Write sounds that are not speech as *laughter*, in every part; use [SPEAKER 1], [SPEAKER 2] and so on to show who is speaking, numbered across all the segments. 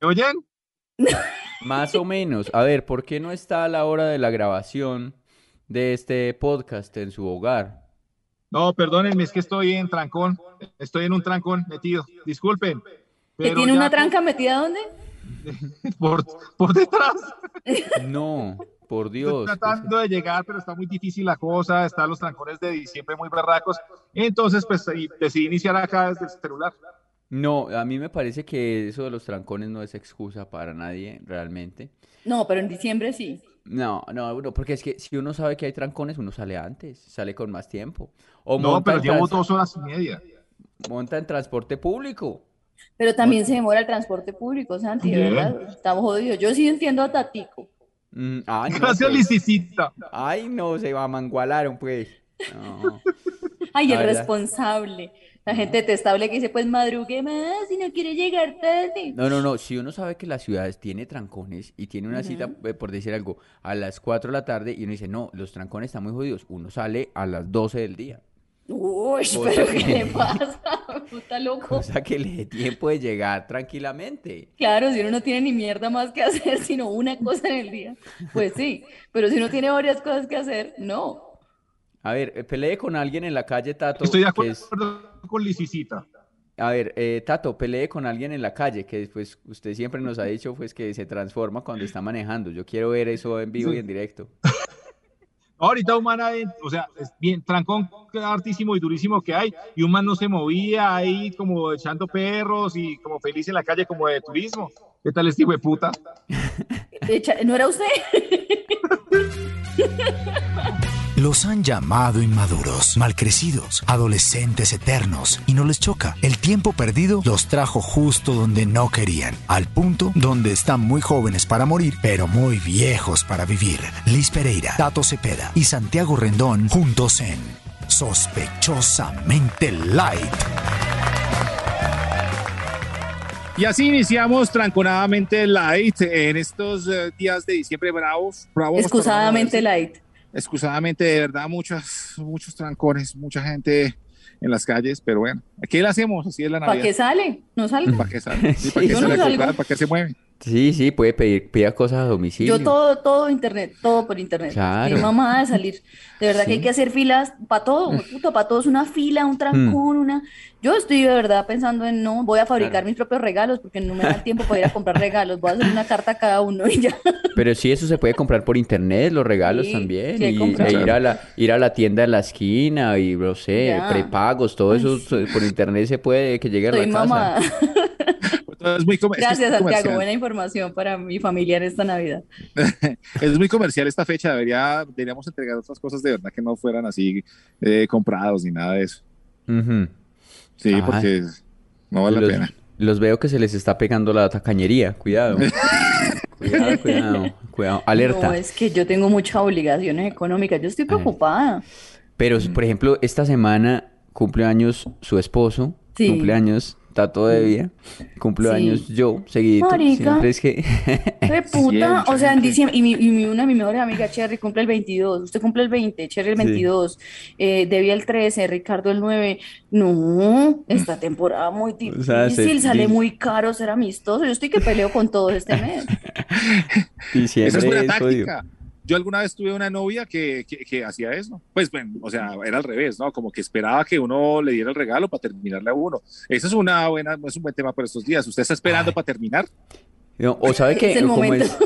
[SPEAKER 1] ¿Me oyen?
[SPEAKER 2] Más o menos. A ver, ¿por qué no está a la hora de la grabación de este podcast en su hogar?
[SPEAKER 1] No, perdónenme, es que estoy en trancón. Estoy en un trancón metido. Disculpen.
[SPEAKER 3] ¿Que
[SPEAKER 1] pero
[SPEAKER 3] tiene
[SPEAKER 1] ya
[SPEAKER 4] pues
[SPEAKER 3] una tranca metida dónde?
[SPEAKER 1] Por, *laughs* por detrás.
[SPEAKER 2] No, por
[SPEAKER 1] Estoy
[SPEAKER 2] Dios.
[SPEAKER 1] tratando de llegar, pero está muy difícil la cosa. Están los trancones de diciembre muy barracos. Entonces, pues ahí decidí iniciar acá desde el celular.
[SPEAKER 2] No, a mí me parece que eso de los trancones no es excusa para nadie, realmente.
[SPEAKER 3] No, pero en diciembre sí.
[SPEAKER 2] No, no, uno- porque es que si uno sabe que hay trancones, uno sale antes, sale con más tiempo. O
[SPEAKER 1] No,
[SPEAKER 2] monta
[SPEAKER 1] pero
[SPEAKER 2] en
[SPEAKER 1] llevo
[SPEAKER 2] trans-
[SPEAKER 1] dos horas y media.
[SPEAKER 2] monta en transporte público.
[SPEAKER 3] Pero también se demora el transporte público, Santi, de
[SPEAKER 1] Bien.
[SPEAKER 3] verdad. Estamos jodidos. Yo sí entiendo a Tatico.
[SPEAKER 2] Mm, ah, no,
[SPEAKER 1] Gracias,
[SPEAKER 2] pues.
[SPEAKER 1] Lisicita.
[SPEAKER 2] Ay, no, se mangualaron, pues. No.
[SPEAKER 3] Ay,
[SPEAKER 2] La
[SPEAKER 3] el
[SPEAKER 2] verdad.
[SPEAKER 3] responsable. La gente detestable que dice, pues madrugue más si no quiere llegar tarde.
[SPEAKER 2] No, no, no. Si uno sabe que las ciudades tiene trancones y tiene una cita, eh, por decir algo, a las 4 de la tarde y uno dice, no, los trancones están muy jodidos, uno sale a las 12 del día.
[SPEAKER 3] Uy,
[SPEAKER 2] Cosa
[SPEAKER 3] pero
[SPEAKER 2] que-
[SPEAKER 3] ¿qué le pasa? Puta loco.
[SPEAKER 2] Cosa que le dé tiempo de llegar tranquilamente.
[SPEAKER 3] Claro, si uno no tiene ni mierda más que hacer, sino una cosa en el día, pues sí. Pero si uno tiene varias cosas que hacer, no.
[SPEAKER 2] A ver, eh, pelee con alguien en la calle, Tato,
[SPEAKER 1] Estoy de
[SPEAKER 2] que
[SPEAKER 1] acuerdo
[SPEAKER 2] es-
[SPEAKER 1] con Lisicita.
[SPEAKER 2] A ver, eh, Tato, pelee con alguien en la calle, que después usted siempre nos ha dicho pues que se transforma cuando está manejando. Yo quiero ver eso en vivo y
[SPEAKER 1] Sí.
[SPEAKER 2] en directo.
[SPEAKER 1] Ahorita humana, o sea, es bien trancón hartísimo y durísimo que hay, y un man no se movía ahí como echando perros y como feliz en la calle como de turismo. ¿Qué tal este hijo de puta?
[SPEAKER 3] Echa- ¿No era usted?
[SPEAKER 5] Los han llamado inmaduros, malcrecidos, adolescentes eternos, y no les choca. El tiempo perdido los trajo justo donde no querían, al punto donde están muy jóvenes para morir, pero muy viejos para vivir. Liz Pereira, Tato Cepeda y Santiago Rendón juntos en Sospechosamente Light.
[SPEAKER 4] Y así iniciamos tranconadamente Light en estos eh, días de diciembre bravos. bravos
[SPEAKER 3] Excusadamente
[SPEAKER 4] la
[SPEAKER 3] light.
[SPEAKER 4] Excusadamente, de verdad, muchas, muchos trancones, mucha gente en las calles, pero bueno, aquí la hacemos, así es la
[SPEAKER 3] ¿Para qué
[SPEAKER 4] Navidad.
[SPEAKER 3] sale? ¿No sale?
[SPEAKER 4] ¿Para qué
[SPEAKER 3] *laughs*
[SPEAKER 4] sale? Sí, ¿Para
[SPEAKER 2] Sí.
[SPEAKER 4] qué
[SPEAKER 2] Yo
[SPEAKER 4] sale
[SPEAKER 3] no
[SPEAKER 4] a comprar?
[SPEAKER 3] salgo.
[SPEAKER 4] ¿Para qué se mueve?
[SPEAKER 2] Sí, sí, puede pedir, pida cosas a domicilio.
[SPEAKER 3] Yo todo, todo internet, todo por internet.
[SPEAKER 2] Claro.
[SPEAKER 3] Mi mamá de salir. De verdad que hay
[SPEAKER 2] Sí. Mm.
[SPEAKER 3] que hacer filas para todo, puta, para todos, una fila, un trancón, una. Yo estoy de verdad pensando en no, voy a fabricar
[SPEAKER 2] Claro.
[SPEAKER 3] mis propios regalos porque no me da el tiempo para ir a comprar regalos. Voy a hacer una carta a cada uno y ya.
[SPEAKER 2] Pero sí, eso se puede comprar por internet, los regalos
[SPEAKER 3] Sí,
[SPEAKER 2] también,
[SPEAKER 3] sí, hay
[SPEAKER 2] y, e
[SPEAKER 3] compras.
[SPEAKER 2] ir a la, ir a la tienda de la esquina, y no sé,
[SPEAKER 3] Ya.
[SPEAKER 2] prepagos, todo eso eh, por internet se puede que llegue a la
[SPEAKER 3] Estoy
[SPEAKER 2] casa.
[SPEAKER 3] mamada. *laughs*
[SPEAKER 4] Todo es muy com- Pues es que es
[SPEAKER 3] Gracias,
[SPEAKER 4] muy
[SPEAKER 3] Santiago.
[SPEAKER 4] comercial.
[SPEAKER 3] Buena información para mi familiar esta Navidad.
[SPEAKER 4] Es muy comercial esta fecha, debería, deberíamos entregar otras cosas de verdad que no fueran así eh, comprados ni nada de eso.
[SPEAKER 2] Ujú.
[SPEAKER 4] Sí,
[SPEAKER 2] Ajá.
[SPEAKER 4] porque no vale
[SPEAKER 2] Los,
[SPEAKER 4] la pena.
[SPEAKER 2] los veo que se les está pegando la tacañería,
[SPEAKER 4] *laughs*
[SPEAKER 2] cuidado. Cuidado, cuidado, cuidado, alerta.
[SPEAKER 3] No, es que yo tengo muchas obligaciones económicas. Yo estoy preocupada.
[SPEAKER 2] Pero, por ejemplo, esta semana cumple años su esposo,
[SPEAKER 3] Sí.
[SPEAKER 2] cumple años Tato de Vía, cumple
[SPEAKER 3] Sí.
[SPEAKER 2] años yo, seguidito,
[SPEAKER 3] Marica.
[SPEAKER 2] siempre
[SPEAKER 4] *laughs*
[SPEAKER 2] es que...
[SPEAKER 3] Re puta, o sea, en diciembre, y, mi, y mi- una de mis mejores amigas, Cherry, cumple el 22, usted cumple el 20, Cherry el
[SPEAKER 2] Sí.
[SPEAKER 3] 22, eh, Debbie el 13, Ricardo el 9. No, esta temporada muy
[SPEAKER 2] *laughs* O sea, se-
[SPEAKER 3] difícil, sale
[SPEAKER 2] dice-
[SPEAKER 3] muy caro ser amistoso. Yo estoy que peleo con todos
[SPEAKER 2] *laughs*
[SPEAKER 3] este mes.
[SPEAKER 4] Esa es
[SPEAKER 2] Diciembre
[SPEAKER 4] buena
[SPEAKER 2] es jodido.
[SPEAKER 4] táctica. Yo alguna vez tuve una novia que, que- que hacía eso. Pues, bueno, o sea, era al revés, ¿no? Como que esperaba que uno le diera el regalo para terminarle a uno. Eso es, una buena, es un buen tema para estos días. ¿Usted está esperando
[SPEAKER 2] Ay.
[SPEAKER 4] para terminar?
[SPEAKER 2] No,
[SPEAKER 3] *laughs*
[SPEAKER 2] o sabe que
[SPEAKER 3] Es el
[SPEAKER 2] como
[SPEAKER 3] momento.
[SPEAKER 2] es,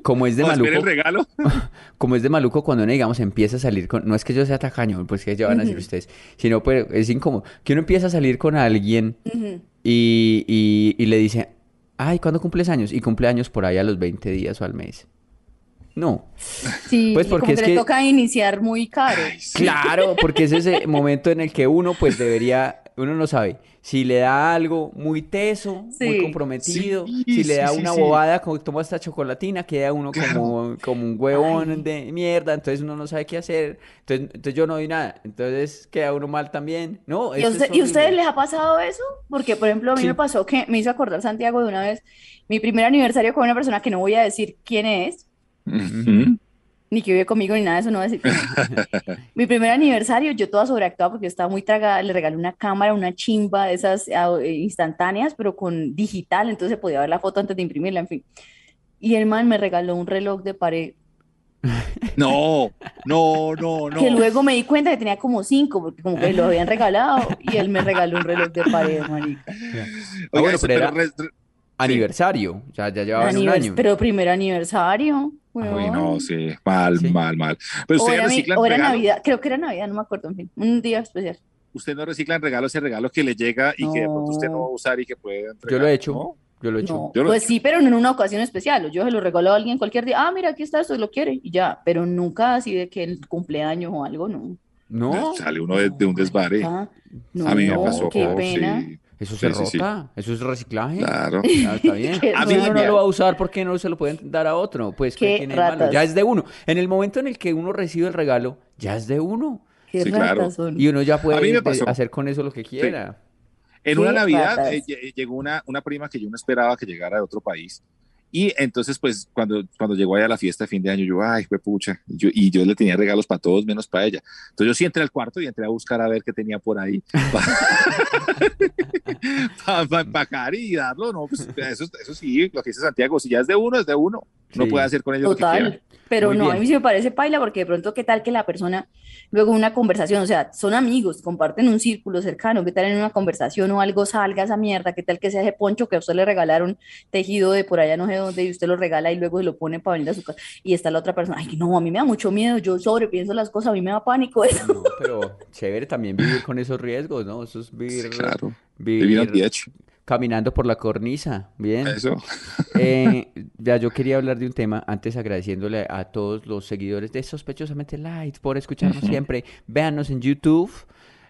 [SPEAKER 2] *laughs* como es de
[SPEAKER 4] ¿O espera el
[SPEAKER 2] maluco,
[SPEAKER 4] regalo? *laughs*
[SPEAKER 2] como es de maluco cuando uno, digamos, empieza a salir con, no es que yo sea tacaño, pues que ya van a decir
[SPEAKER 3] Ujú.
[SPEAKER 2] ustedes, sino pero es incómodo, que uno empieza a salir con alguien
[SPEAKER 3] Ujú.
[SPEAKER 2] y, y- y le dice, ay, ¿cuándo cumples años? Y cumple años por ahí a los 20 días o al mes. No.
[SPEAKER 3] Sí,
[SPEAKER 2] Pues
[SPEAKER 3] y
[SPEAKER 2] porque
[SPEAKER 3] como
[SPEAKER 2] es
[SPEAKER 3] que,
[SPEAKER 2] que-
[SPEAKER 3] le toca iniciar muy caro.
[SPEAKER 2] Claro, porque es ese momento en el que uno pues debería, uno no sabe, si le da algo muy teso, muy
[SPEAKER 3] Sí.
[SPEAKER 2] comprometido,
[SPEAKER 4] Sí,
[SPEAKER 2] si le da
[SPEAKER 4] sí, sí,
[SPEAKER 2] una
[SPEAKER 4] sí.
[SPEAKER 2] bobada, como toma esta chocolatina, queda uno como, como un huevón de mierda, entonces uno no sabe qué hacer, entonces, entonces yo no doy nada, entonces queda uno mal también. No,
[SPEAKER 3] ¿Y,
[SPEAKER 2] esto
[SPEAKER 3] a
[SPEAKER 2] es
[SPEAKER 3] usted- y a ustedes
[SPEAKER 2] horrible.
[SPEAKER 3] les ha pasado eso? Porque, por ejemplo, a mí
[SPEAKER 2] Sí.
[SPEAKER 3] me pasó que me hizo acordar Santiago de una vez mi primer aniversario con una persona que no voy a decir quién es, ni que vive conmigo, ni nada de eso, no voy a decir quién es. Mi primer aniversario, yo toda sobreactuada porque yo estaba muy tragada, le regalé una cámara, una chimba de esas ah, eh, instantáneas, pero con digital, entonces se podía ver la foto antes de imprimirla, en fin. Y el man me regaló un reloj de pared
[SPEAKER 4] No, no, no, no.
[SPEAKER 3] que luego me di cuenta que tenía como cinco, porque como que lo habían regalado, y él me regaló un reloj de pared, marica.
[SPEAKER 4] Oiga,
[SPEAKER 2] Ah, bueno,
[SPEAKER 4] eso,
[SPEAKER 2] pero era-
[SPEAKER 4] re- re-
[SPEAKER 2] Aniversario, o sea, ya llevaban un
[SPEAKER 3] Anivers-
[SPEAKER 2] año.
[SPEAKER 3] Pero primer aniversario,
[SPEAKER 4] Uy,
[SPEAKER 3] huevón.
[SPEAKER 4] no, sí, mal,
[SPEAKER 2] Sí.
[SPEAKER 4] mal, mal. Pero
[SPEAKER 3] O
[SPEAKER 4] ustedes
[SPEAKER 3] era, mi-
[SPEAKER 4] reciclan
[SPEAKER 3] o era
[SPEAKER 4] regalos,
[SPEAKER 3] Navidad, creo que era Navidad, no me acuerdo, en fin, un día especial.
[SPEAKER 4] usted no reciclan regalos, ese regalo que le llega y que de pronto usted no va a usar y que puede
[SPEAKER 2] Yo
[SPEAKER 4] entregar,
[SPEAKER 2] lo he hecho,
[SPEAKER 4] ¿no?
[SPEAKER 2] yo lo he hecho.
[SPEAKER 3] No,
[SPEAKER 4] Yo lo-
[SPEAKER 3] pues sí, pero no en una ocasión especial. Yo se lo regalo a alguien cualquier día. Ah, mira, aquí está esto, lo quiere, y ya. Pero nunca así de que el cumpleaños o algo, no.
[SPEAKER 2] No,
[SPEAKER 4] Sale uno de, de un desvare.
[SPEAKER 3] Ah, no,
[SPEAKER 4] a mí
[SPEAKER 3] no,
[SPEAKER 4] me pasó.
[SPEAKER 3] qué
[SPEAKER 4] sí,
[SPEAKER 3] pena.
[SPEAKER 2] eso se
[SPEAKER 4] Sí, sí, sí.
[SPEAKER 2] rota, eso es reciclaje.
[SPEAKER 4] claro.
[SPEAKER 2] Ah, *laughs* está bien.
[SPEAKER 3] Qué
[SPEAKER 2] A
[SPEAKER 4] mí-
[SPEAKER 2] uno no lo va a usar porque no se lo pueden dar a otro. Pues ¿qué
[SPEAKER 3] Qué
[SPEAKER 2] tiene de malo?
[SPEAKER 3] ratas.
[SPEAKER 2] Ya es de uno. En el momento en el que uno recibe el regalo, ya es de uno.
[SPEAKER 3] Qué
[SPEAKER 4] Sí, claro.
[SPEAKER 3] ratas son.
[SPEAKER 2] Y uno ya puede
[SPEAKER 4] A mí me
[SPEAKER 2] de-
[SPEAKER 4] pasó.
[SPEAKER 2] hacer con eso lo que quiera.
[SPEAKER 4] En una
[SPEAKER 3] Qué
[SPEAKER 4] Navidad
[SPEAKER 3] ratas.
[SPEAKER 4] eh, lle- llegó una, una prima que yo no esperaba que llegara de otro país. Y entonces, pues, cuando, cuando llegó allá a la fiesta de fin de año, yo, ay, fue pucha. Y yo, y yo le tenía regalos para todos, menos para ella. Entonces, yo sí entré al cuarto y entré a buscar a ver qué tenía por
[SPEAKER 3] *laughs*
[SPEAKER 4] ahí *laughs* para empacar y darlo. No, pues, eso, eso sí, lo que dice Santiago, si ya es de uno, es de uno. No
[SPEAKER 2] Sí.
[SPEAKER 4] puede hacer con ellos lo que quiera.
[SPEAKER 3] Total, pero
[SPEAKER 2] Muy
[SPEAKER 3] no, a
[SPEAKER 2] bien.
[SPEAKER 3] mí sí me parece paila porque de pronto qué tal que la persona luego en una conversación, o sea, son amigos, comparten un círculo cercano, qué tal en una conversación o algo salga esa mierda, qué tal que sea ese poncho que a usted le regalaron tejido de por allá no sé dónde y usted lo regala y luego se lo pone para venir a su casa y está la otra persona, ay no, a mí me da mucho miedo, yo sobrepienso las cosas, a mí me da pánico eso.
[SPEAKER 2] No, pero chévere también vivir con esos riesgos, ¿no? Eso es vivir,
[SPEAKER 4] Sí, claro.
[SPEAKER 2] vivir
[SPEAKER 4] Vivir on the edge.
[SPEAKER 2] caminando por la cornisa. Bien.
[SPEAKER 4] Eso.
[SPEAKER 2] Eh, ya yo quería hablar de un tema, antes agradeciéndole a todos los seguidores de Sospechosamente Light por escucharnos siempre. Véanos en YouTube.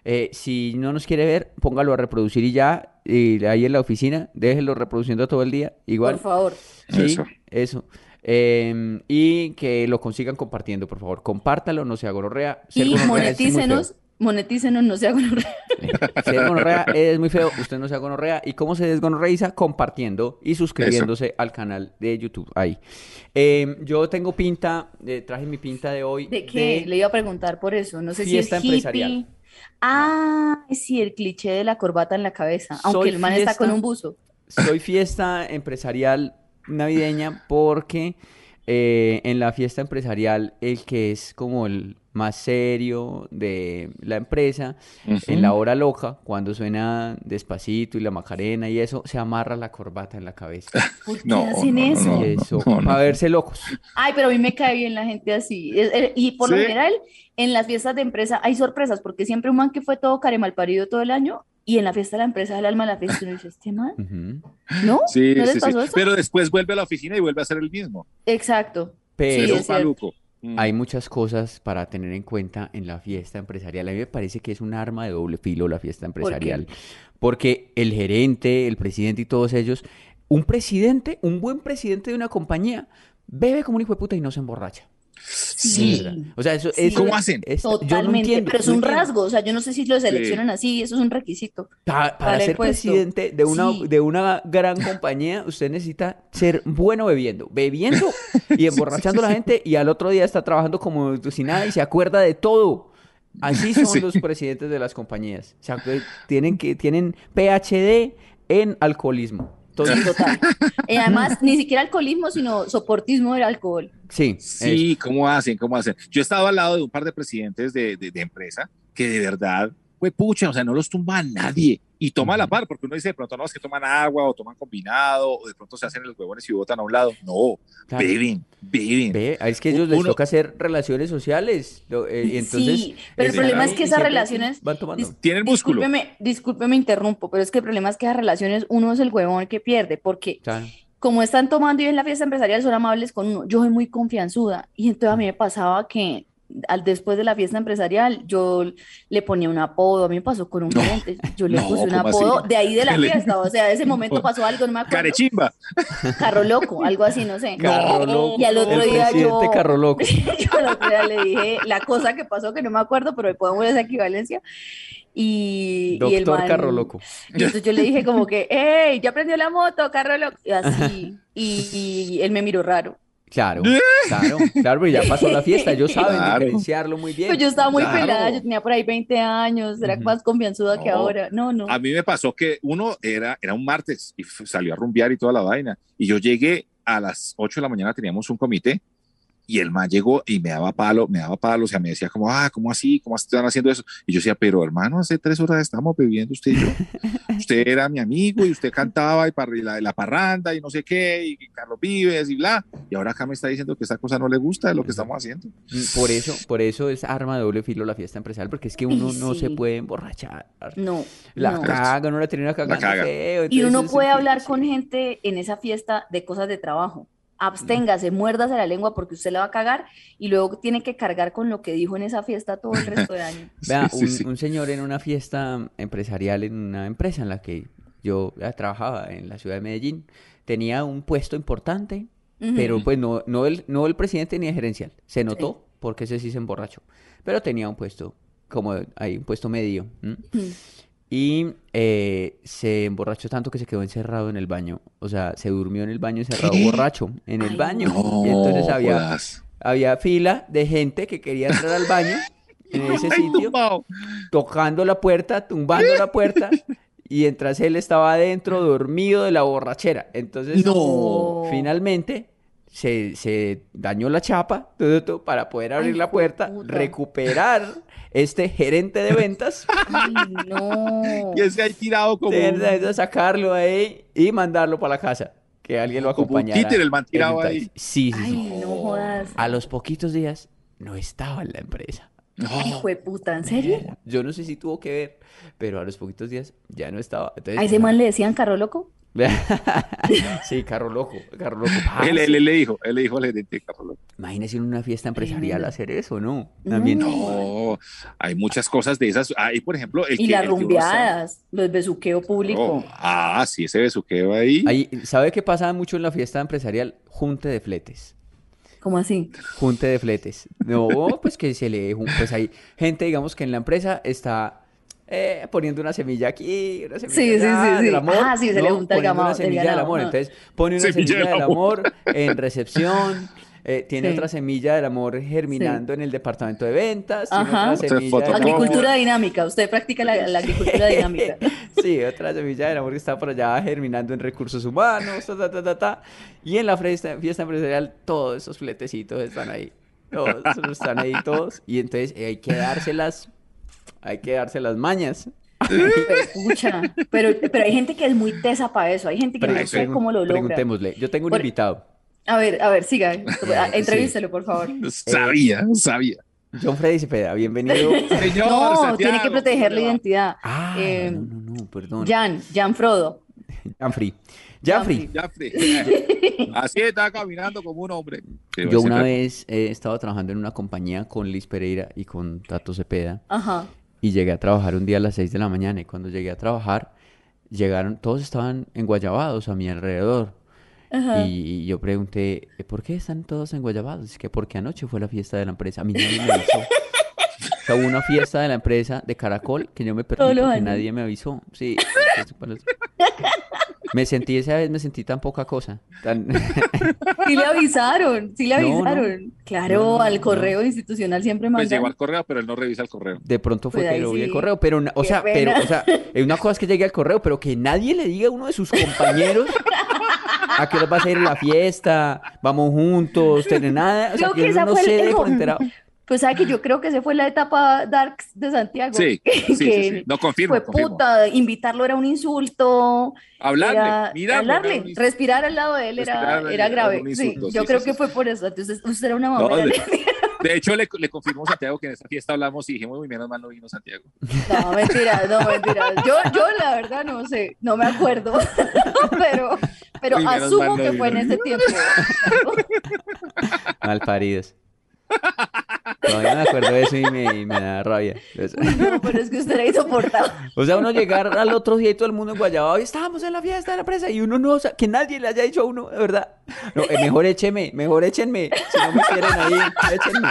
[SPEAKER 2] Eh, si no nos quiere ver, póngalo a reproducir y ya, y ahí en la oficina, déjelo reproduciendo todo el día, igual.
[SPEAKER 3] Por favor,
[SPEAKER 2] Sí,
[SPEAKER 4] Eso.
[SPEAKER 2] eso. Eh, y que lo consigan compartiendo, por favor. Compártalo, no sea gonorrea. Ser
[SPEAKER 3] y
[SPEAKER 2] gonorrea es muy feo.
[SPEAKER 3] monetícenos, monetícenos, no sea gonorrea.
[SPEAKER 2] Ser gonorrea es muy feo, usted no sea gonorrea. ¿Y cómo se desgonorreiza? Compartiendo y suscribiéndose al canal de YouTube. Ahí. Eh, yo tengo pinta, eh, traje mi pinta de hoy.
[SPEAKER 3] ¿De qué? Le iba a preguntar por eso. No sé si es
[SPEAKER 2] Fiesta empresarial.
[SPEAKER 3] hippie. Ah, sí, el cliché de la corbata en la cabeza. Aunque
[SPEAKER 2] Soy
[SPEAKER 3] el man está con
[SPEAKER 2] fiesta.
[SPEAKER 3] un buzo.
[SPEAKER 2] Soy fiesta empresarial navideña porque eh, en la fiesta empresarial el que es como el más serio de la empresa, en la hora loca, cuando suena despacito y la macarena y eso, se amarra la corbata en la cabeza.
[SPEAKER 3] ¿Por qué
[SPEAKER 4] No, *laughs*
[SPEAKER 3] hacen
[SPEAKER 4] no, no,
[SPEAKER 3] eso?
[SPEAKER 2] Y eso,
[SPEAKER 4] no, no.
[SPEAKER 2] para verse locos.
[SPEAKER 3] Ay, pero a mí me cae bien la gente así. Es- er- Y por lo
[SPEAKER 4] Sí.
[SPEAKER 3] general, en las fiestas de empresa hay sorpresas, porque siempre un man que fue todo caremalparido todo el año, y en la fiesta de la empresa del alma de la fiesta, uno dice, ¿este
[SPEAKER 2] *gasps*
[SPEAKER 3] man?
[SPEAKER 2] Ujú.
[SPEAKER 3] ¿No?
[SPEAKER 4] Sí,
[SPEAKER 3] ¿No les
[SPEAKER 4] sí, sí.
[SPEAKER 3] pasó eso?
[SPEAKER 4] Pero después vuelve a la oficina y vuelve a ser el mismo.
[SPEAKER 3] Exacto.
[SPEAKER 2] Pero
[SPEAKER 4] Eso
[SPEAKER 3] es
[SPEAKER 4] es maluco. Mm.
[SPEAKER 2] hay muchas cosas para tener en cuenta en la fiesta empresarial. A mí me parece que es un arma de doble filo la fiesta
[SPEAKER 3] qué?
[SPEAKER 2] empresarial. Porque el gerente, el presidente y todos ellos, un presidente, un buen presidente de una compañía, bebe como un hijo de puta y no se emborracha.
[SPEAKER 4] Sí.
[SPEAKER 2] De verdad. O sea, eso,
[SPEAKER 3] Sí.
[SPEAKER 2] eso-
[SPEAKER 4] ¿Cómo hacen?
[SPEAKER 2] es- yo no
[SPEAKER 3] Totalmente,
[SPEAKER 2] entiendo,
[SPEAKER 3] pero es
[SPEAKER 2] no
[SPEAKER 3] un
[SPEAKER 2] entiendo.
[SPEAKER 3] rasgo, o sea, yo no sé si lo seleccionan así, eso es un requisito.
[SPEAKER 2] Pa- para
[SPEAKER 3] para el
[SPEAKER 2] ser
[SPEAKER 3] puesto.
[SPEAKER 2] presidente de una,
[SPEAKER 3] Sí.
[SPEAKER 2] de una gran compañía, usted necesita ser bueno bebiendo, bebiendo
[SPEAKER 3] *laughs*
[SPEAKER 2] y emborrachando a la gente y al otro día está trabajando como si nada y se acuerda de todo. Así son
[SPEAKER 4] Sí.
[SPEAKER 2] los presidentes de las compañías. O sea, que tienen, que, tienen PhD en alcoholismo. Entonces,
[SPEAKER 3] Total. Y Eh,
[SPEAKER 2] *laughs*
[SPEAKER 3] además, ni siquiera alcoholismo, sino soportismo del alcohol.
[SPEAKER 2] sí,
[SPEAKER 4] Sí, ¿cómo hacen? ¿Cómo hacen? Yo he estado al lado de un par de presidentes de, de- de empresa que de verdad, pues pucha, o sea, no los tumba a nadie y toma a la par, porque uno dice de pronto, no, es que toman agua o toman combinado o de pronto se hacen los huevones y botan a un lado. No,
[SPEAKER 2] es, claro.
[SPEAKER 4] beben, beben.
[SPEAKER 2] Ve, es que a ellos les
[SPEAKER 4] Uno-
[SPEAKER 2] toca hacer relaciones sociales. lo- eh, y entonces,
[SPEAKER 3] Sí, pero el
[SPEAKER 2] eh,
[SPEAKER 3] problema
[SPEAKER 2] van
[SPEAKER 3] es que
[SPEAKER 2] y
[SPEAKER 3] esas
[SPEAKER 2] siempre
[SPEAKER 3] relaciones
[SPEAKER 2] van tomando.
[SPEAKER 4] Tienen músculo.
[SPEAKER 3] Discúlpeme, discúlpeme, interrumpo, pero es que el problema es que esas relaciones uno es el huevón que pierde, porque
[SPEAKER 2] Claro.
[SPEAKER 3] como están tomando y ven la fiesta empresarial, son amables con uno. Yo soy muy confianzuda y entonces a mí me pasaba que al después de la fiesta empresarial yo le ponía un apodo, a mí me pasó con un
[SPEAKER 4] No,
[SPEAKER 3] cliente, yo le
[SPEAKER 4] no,
[SPEAKER 3] puse un
[SPEAKER 4] ¿cómo
[SPEAKER 3] apodo
[SPEAKER 4] así?
[SPEAKER 3] de ahí de la
[SPEAKER 4] Le-
[SPEAKER 3] fiesta, o sea, de ese momento pasó algo, no me acuerdo,
[SPEAKER 4] Carechimba.
[SPEAKER 3] carro loco, algo así, no sé.
[SPEAKER 2] Carro loco.
[SPEAKER 3] Y al otro
[SPEAKER 2] El
[SPEAKER 3] día
[SPEAKER 2] presidente
[SPEAKER 3] yo-
[SPEAKER 2] Carro Loco.
[SPEAKER 3] *laughs* Yo al otro día le dije la cosa que pasó, que no me acuerdo, pero podemos ver esa equivalencia. Y, y el
[SPEAKER 2] Doctor
[SPEAKER 3] man-
[SPEAKER 2] Carro Loco.
[SPEAKER 3] y entonces yo le dije como que, hey, ya aprendió la moto, carro loco. Y
[SPEAKER 2] *laughs*
[SPEAKER 3] así. Y, y él me miró raro.
[SPEAKER 2] Claro, claro, claro, pero ya pasó la
[SPEAKER 3] *laughs*
[SPEAKER 2] fiesta, ellos saben
[SPEAKER 4] Claro.
[SPEAKER 2] diferenciarlo muy bien.
[SPEAKER 3] Pero Pues yo estaba muy
[SPEAKER 4] Claro.
[SPEAKER 3] pelada, yo tenía por ahí 20 años, era
[SPEAKER 2] Ujú.
[SPEAKER 3] más confianzuda que
[SPEAKER 4] No.
[SPEAKER 3] ahora. No, no.
[SPEAKER 4] A mí me pasó que uno era, era un martes y f- salió a rumbear y toda la vaina. Y yo llegué a las 8 de la mañana, teníamos un comité y el man llegó y me daba palo, me daba palo. O sea, me decía como, ah, ¿cómo así? ¿Cómo están haciendo eso? Y yo decía, pero hermano, hace tres horas estamos bebiendo usted y yo. Usted era mi amigo y usted cantaba y par- y la, la parranda y no sé qué, y, Carlos Vives y bla. Y ahora acá me está diciendo que esa cosa no le gusta de lo que estamos haciendo.
[SPEAKER 2] Mm, Por eso, por eso es arma de doble filo la fiesta empresarial, porque es que uno no se
[SPEAKER 3] sí.
[SPEAKER 2] puede emborrachar.
[SPEAKER 3] No,
[SPEAKER 2] La
[SPEAKER 3] no.
[SPEAKER 2] caga, uno la termina cagando
[SPEAKER 4] caga.
[SPEAKER 2] feo,
[SPEAKER 3] Y uno
[SPEAKER 2] entonces
[SPEAKER 3] no
[SPEAKER 2] es
[SPEAKER 3] puede hablar
[SPEAKER 2] difícil.
[SPEAKER 3] con gente en esa fiesta de cosas de trabajo. Absténgase, muérdase la lengua porque usted la va a cagar y luego tiene que cargar con lo que dijo en esa fiesta todo el resto del año.
[SPEAKER 2] Vea,
[SPEAKER 4] Sí, sí,
[SPEAKER 2] un,
[SPEAKER 4] sí.
[SPEAKER 2] un señor en una fiesta empresarial, en una empresa en la que yo eh, trabajaba en la ciudad de Medellín, tenía un puesto importante,
[SPEAKER 3] Ujú.
[SPEAKER 2] *laughs* pero pues no, no, el, no el presidente ni el gerencial. Se notó porque ese sí se emborrachó. Pero tenía un puesto, como hay un puesto medio. ¿m?
[SPEAKER 3] Ujú.
[SPEAKER 2] Y eh, se emborrachó tanto que se quedó encerrado en el baño. O sea, se durmió en el baño encerrado borracho, en el
[SPEAKER 3] Ay,
[SPEAKER 2] baño.
[SPEAKER 4] No,
[SPEAKER 2] Y entonces había,
[SPEAKER 4] jodas.
[SPEAKER 2] había fila de gente que quería entrar al baño en ese
[SPEAKER 4] Ay,
[SPEAKER 2] sitio
[SPEAKER 4] tumbao.
[SPEAKER 2] tocando la puerta, tumbando
[SPEAKER 4] *laughs*
[SPEAKER 2] la puerta, y mientras él estaba adentro, dormido de la borrachera. Entonces,
[SPEAKER 4] No.
[SPEAKER 2] finalmente se, se dañó la chapa tu, tu, tu, para poder abrir
[SPEAKER 3] Ay,
[SPEAKER 2] la puerta,
[SPEAKER 3] jueputa.
[SPEAKER 2] recuperar este gerente de ventas,
[SPEAKER 3] Ay, *laughs* no.
[SPEAKER 4] Y ese ahí tirado *laughs* como.
[SPEAKER 2] de-
[SPEAKER 4] un-
[SPEAKER 2] de- de sacarlo ahí y mandarlo para la casa. Que alguien lo
[SPEAKER 4] Como un
[SPEAKER 2] acompañara.
[SPEAKER 4] títere, el man
[SPEAKER 2] en un
[SPEAKER 4] tirado
[SPEAKER 2] taxi.
[SPEAKER 4] ahí.
[SPEAKER 2] Sí, sí, sí.
[SPEAKER 3] Ay, no Ah. jodas.
[SPEAKER 2] A los poquitos días no estaba en la empresa.
[SPEAKER 4] No.
[SPEAKER 3] Hijo de puta, ¿en serio?
[SPEAKER 2] Yo no sé si tuvo que ver, pero a los poquitos días ya no estaba. Entonces,
[SPEAKER 3] ¿A ese
[SPEAKER 2] o
[SPEAKER 3] man le decían carro loco?
[SPEAKER 2] sea, *laughs* sí, carro loco, carro loco. Ah,
[SPEAKER 4] Él, él-
[SPEAKER 2] sí.
[SPEAKER 4] él le dijo, él le dijo al gerente, Carlos.
[SPEAKER 2] Imagínese en una fiesta empresarial
[SPEAKER 3] Tremendo.
[SPEAKER 2] hacer eso, ¿no?
[SPEAKER 3] No.
[SPEAKER 2] También.
[SPEAKER 4] No, hay muchas cosas de esas. Ahí, por ejemplo, el
[SPEAKER 3] Y
[SPEAKER 4] que-
[SPEAKER 3] las
[SPEAKER 4] el que uno está-
[SPEAKER 3] rumbeadas, los besuqueo público.
[SPEAKER 4] Oh, ah, sí, ese besuqueo ahí.
[SPEAKER 2] Ahí, ¿sabe qué pasaba mucho en la fiesta empresarial? Junte de fletes.
[SPEAKER 3] ¿Cómo así?
[SPEAKER 2] Junte de fletes. No,
[SPEAKER 3] *laughs*
[SPEAKER 2] pues que se le... jun- Pues hay gente, digamos, que en la empresa está eh, poniendo una semilla aquí, una semilla
[SPEAKER 3] Sí, sí,
[SPEAKER 2] allá
[SPEAKER 3] sí,
[SPEAKER 2] del
[SPEAKER 3] sí.
[SPEAKER 2] amor.
[SPEAKER 3] Ah, sí, se le
[SPEAKER 2] ¿no?
[SPEAKER 3] junta el
[SPEAKER 2] Poniendo una
[SPEAKER 3] gamao- el
[SPEAKER 2] semilla del
[SPEAKER 3] ganado,
[SPEAKER 2] amor.
[SPEAKER 3] ah.
[SPEAKER 2] Entonces, pone una
[SPEAKER 4] Semilla
[SPEAKER 2] semilla
[SPEAKER 4] del
[SPEAKER 2] del amor
[SPEAKER 3] *laughs*
[SPEAKER 2] en recepción. eh, tiene
[SPEAKER 3] Sí.
[SPEAKER 2] otra semilla del amor germinando en el departamento de ventas. tiene
[SPEAKER 3] Ajá.
[SPEAKER 2] otra
[SPEAKER 4] Otra
[SPEAKER 2] semilla del amor-
[SPEAKER 3] Agricultura dinámica. Usted practica la, la *laughs* agricultura dinámica.
[SPEAKER 2] Sí, otra semilla del amor que está por allá germinando en recursos humanos, ta, ta, ta, ta, ta. Y en la fiesta, fiesta empresarial todos esos fletecitos están ahí. Todos están ahí todos. Y entonces eh, hay que dárselas, hay que dárselas mañas.
[SPEAKER 3] Pero, pucha, pero, pero hay gente que es muy tesa para eso. Hay gente que
[SPEAKER 2] Pre-
[SPEAKER 3] no sé
[SPEAKER 2] pregun-
[SPEAKER 3] cómo lo logra.
[SPEAKER 2] Preguntémosle. Yo tengo un
[SPEAKER 3] Por-
[SPEAKER 2] invitado,
[SPEAKER 3] A ver, a ver, siga.
[SPEAKER 2] *laughs*
[SPEAKER 3] Ah, Entrevístelo, por favor.
[SPEAKER 4] Sabía, sabía.
[SPEAKER 2] John Freddy
[SPEAKER 3] *laughs*
[SPEAKER 2] Cepeda, bienvenido.
[SPEAKER 3] Eh,
[SPEAKER 4] Señor,
[SPEAKER 3] No,
[SPEAKER 4] Santiago,
[SPEAKER 3] tiene que proteger
[SPEAKER 4] ¿cómo
[SPEAKER 3] la
[SPEAKER 4] le va?
[SPEAKER 3] identidad.
[SPEAKER 2] Ah,
[SPEAKER 3] Eh,
[SPEAKER 2] no, no, no, perdón.
[SPEAKER 3] Jan, Jan Frodo.
[SPEAKER 2] Janfrey. Janfrey,
[SPEAKER 4] Ya, Fred. Así está caminando como un hombre. Sí,
[SPEAKER 2] yo
[SPEAKER 4] ese
[SPEAKER 2] una
[SPEAKER 4] tra-
[SPEAKER 2] vez eh, estaba trabajando en una compañía con Liz Pereira y con Tato Cepeda.
[SPEAKER 3] Ajá.
[SPEAKER 2] Y llegué a trabajar un día a las 6 de la mañana. Y cuando llegué a trabajar, llegaron, todos estaban enguayabados a mi alrededor.
[SPEAKER 3] Ajá.
[SPEAKER 2] Y yo pregunté, "¿Eh, ¿por qué están todos enguayabados? Es que porque anoche fue la fiesta de la empresa. A mí nadie me avisó. O sea, hubo una fiesta de la empresa de Caracol que yo me perdí
[SPEAKER 3] Todos los
[SPEAKER 2] porque
[SPEAKER 3] años.
[SPEAKER 2] nadie me avisó. Sí. entonces, bueno, Me sentí esa vez, me sentí tan poca cosa. Tan...
[SPEAKER 3] Sí le avisaron, sí le
[SPEAKER 2] No, no.
[SPEAKER 3] avisaron. Claro,
[SPEAKER 2] No, no,
[SPEAKER 3] al
[SPEAKER 2] no.
[SPEAKER 3] correo institucional siempre
[SPEAKER 4] Pues
[SPEAKER 3] mandan.
[SPEAKER 4] llegó al correo, pero él no revisa el correo.
[SPEAKER 2] De pronto fue
[SPEAKER 3] Pues
[SPEAKER 2] que
[SPEAKER 3] ahí
[SPEAKER 2] lo vi el
[SPEAKER 3] sí.
[SPEAKER 2] correo, pero una- o
[SPEAKER 3] Qué
[SPEAKER 2] sea, pero
[SPEAKER 3] pena. *laughs*
[SPEAKER 2] o sea, eh, una cosa es que llegue al correo, pero que nadie le diga a uno de sus compañeros a qué hora vas a ir a la fiesta, vamos juntos, tener nada, o sea,
[SPEAKER 3] Creo
[SPEAKER 2] que
[SPEAKER 3] que
[SPEAKER 2] uno
[SPEAKER 3] esa
[SPEAKER 2] no
[SPEAKER 3] fue el-
[SPEAKER 2] se dé
[SPEAKER 3] el
[SPEAKER 2] por
[SPEAKER 3] mo-
[SPEAKER 2] enterado.
[SPEAKER 3] Pues sabe que yo creo que esa fue la etapa darks de Santiago.
[SPEAKER 4] Sí,
[SPEAKER 3] *laughs* que
[SPEAKER 4] sí, sí, sí. No confirmo.
[SPEAKER 3] fue
[SPEAKER 4] confirmo.
[SPEAKER 3] puta, invitarlo era un insulto,
[SPEAKER 4] Hablarle,
[SPEAKER 3] era
[SPEAKER 4] mirarle,
[SPEAKER 3] hablarle,
[SPEAKER 4] era un insulto.
[SPEAKER 3] respirar al lado de él
[SPEAKER 4] Respirar
[SPEAKER 3] era,
[SPEAKER 4] al-
[SPEAKER 3] era
[SPEAKER 4] era
[SPEAKER 3] grave.
[SPEAKER 4] un
[SPEAKER 3] Sí,
[SPEAKER 4] insulto,
[SPEAKER 3] yo
[SPEAKER 4] sí,
[SPEAKER 3] creo
[SPEAKER 4] sí,
[SPEAKER 3] que
[SPEAKER 4] sí.
[SPEAKER 3] fue por eso. Entonces, usted era una
[SPEAKER 4] No,
[SPEAKER 3] mamera.
[SPEAKER 4] de- De hecho, le, le confirmó Santiago que en esta fiesta hablamos y dijimos, muy menos mal no vino Santiago.
[SPEAKER 3] *laughs* No, mentira, no, mentira. Yo, yo la verdad no sé, no me acuerdo, *laughs* pero, pero
[SPEAKER 4] Uy, menos
[SPEAKER 3] asumo
[SPEAKER 4] mal no
[SPEAKER 3] que
[SPEAKER 4] vino.
[SPEAKER 3] fue en ese tiempo.
[SPEAKER 2] Malparidos. Todavía me acuerdo de eso y me, y me da rabia.
[SPEAKER 3] *laughs*
[SPEAKER 2] Entonces,
[SPEAKER 3] No, pero es que usted era insoportable.
[SPEAKER 2] O sea, uno llegar al otro día y todo el mundo en Guayabao y estábamos en la fiesta de la presa y uno no, o sea, que nadie le haya dicho a uno, de verdad. No, eh, mejor écheme, mejor échenme. Si no me quieren ahí, échenme.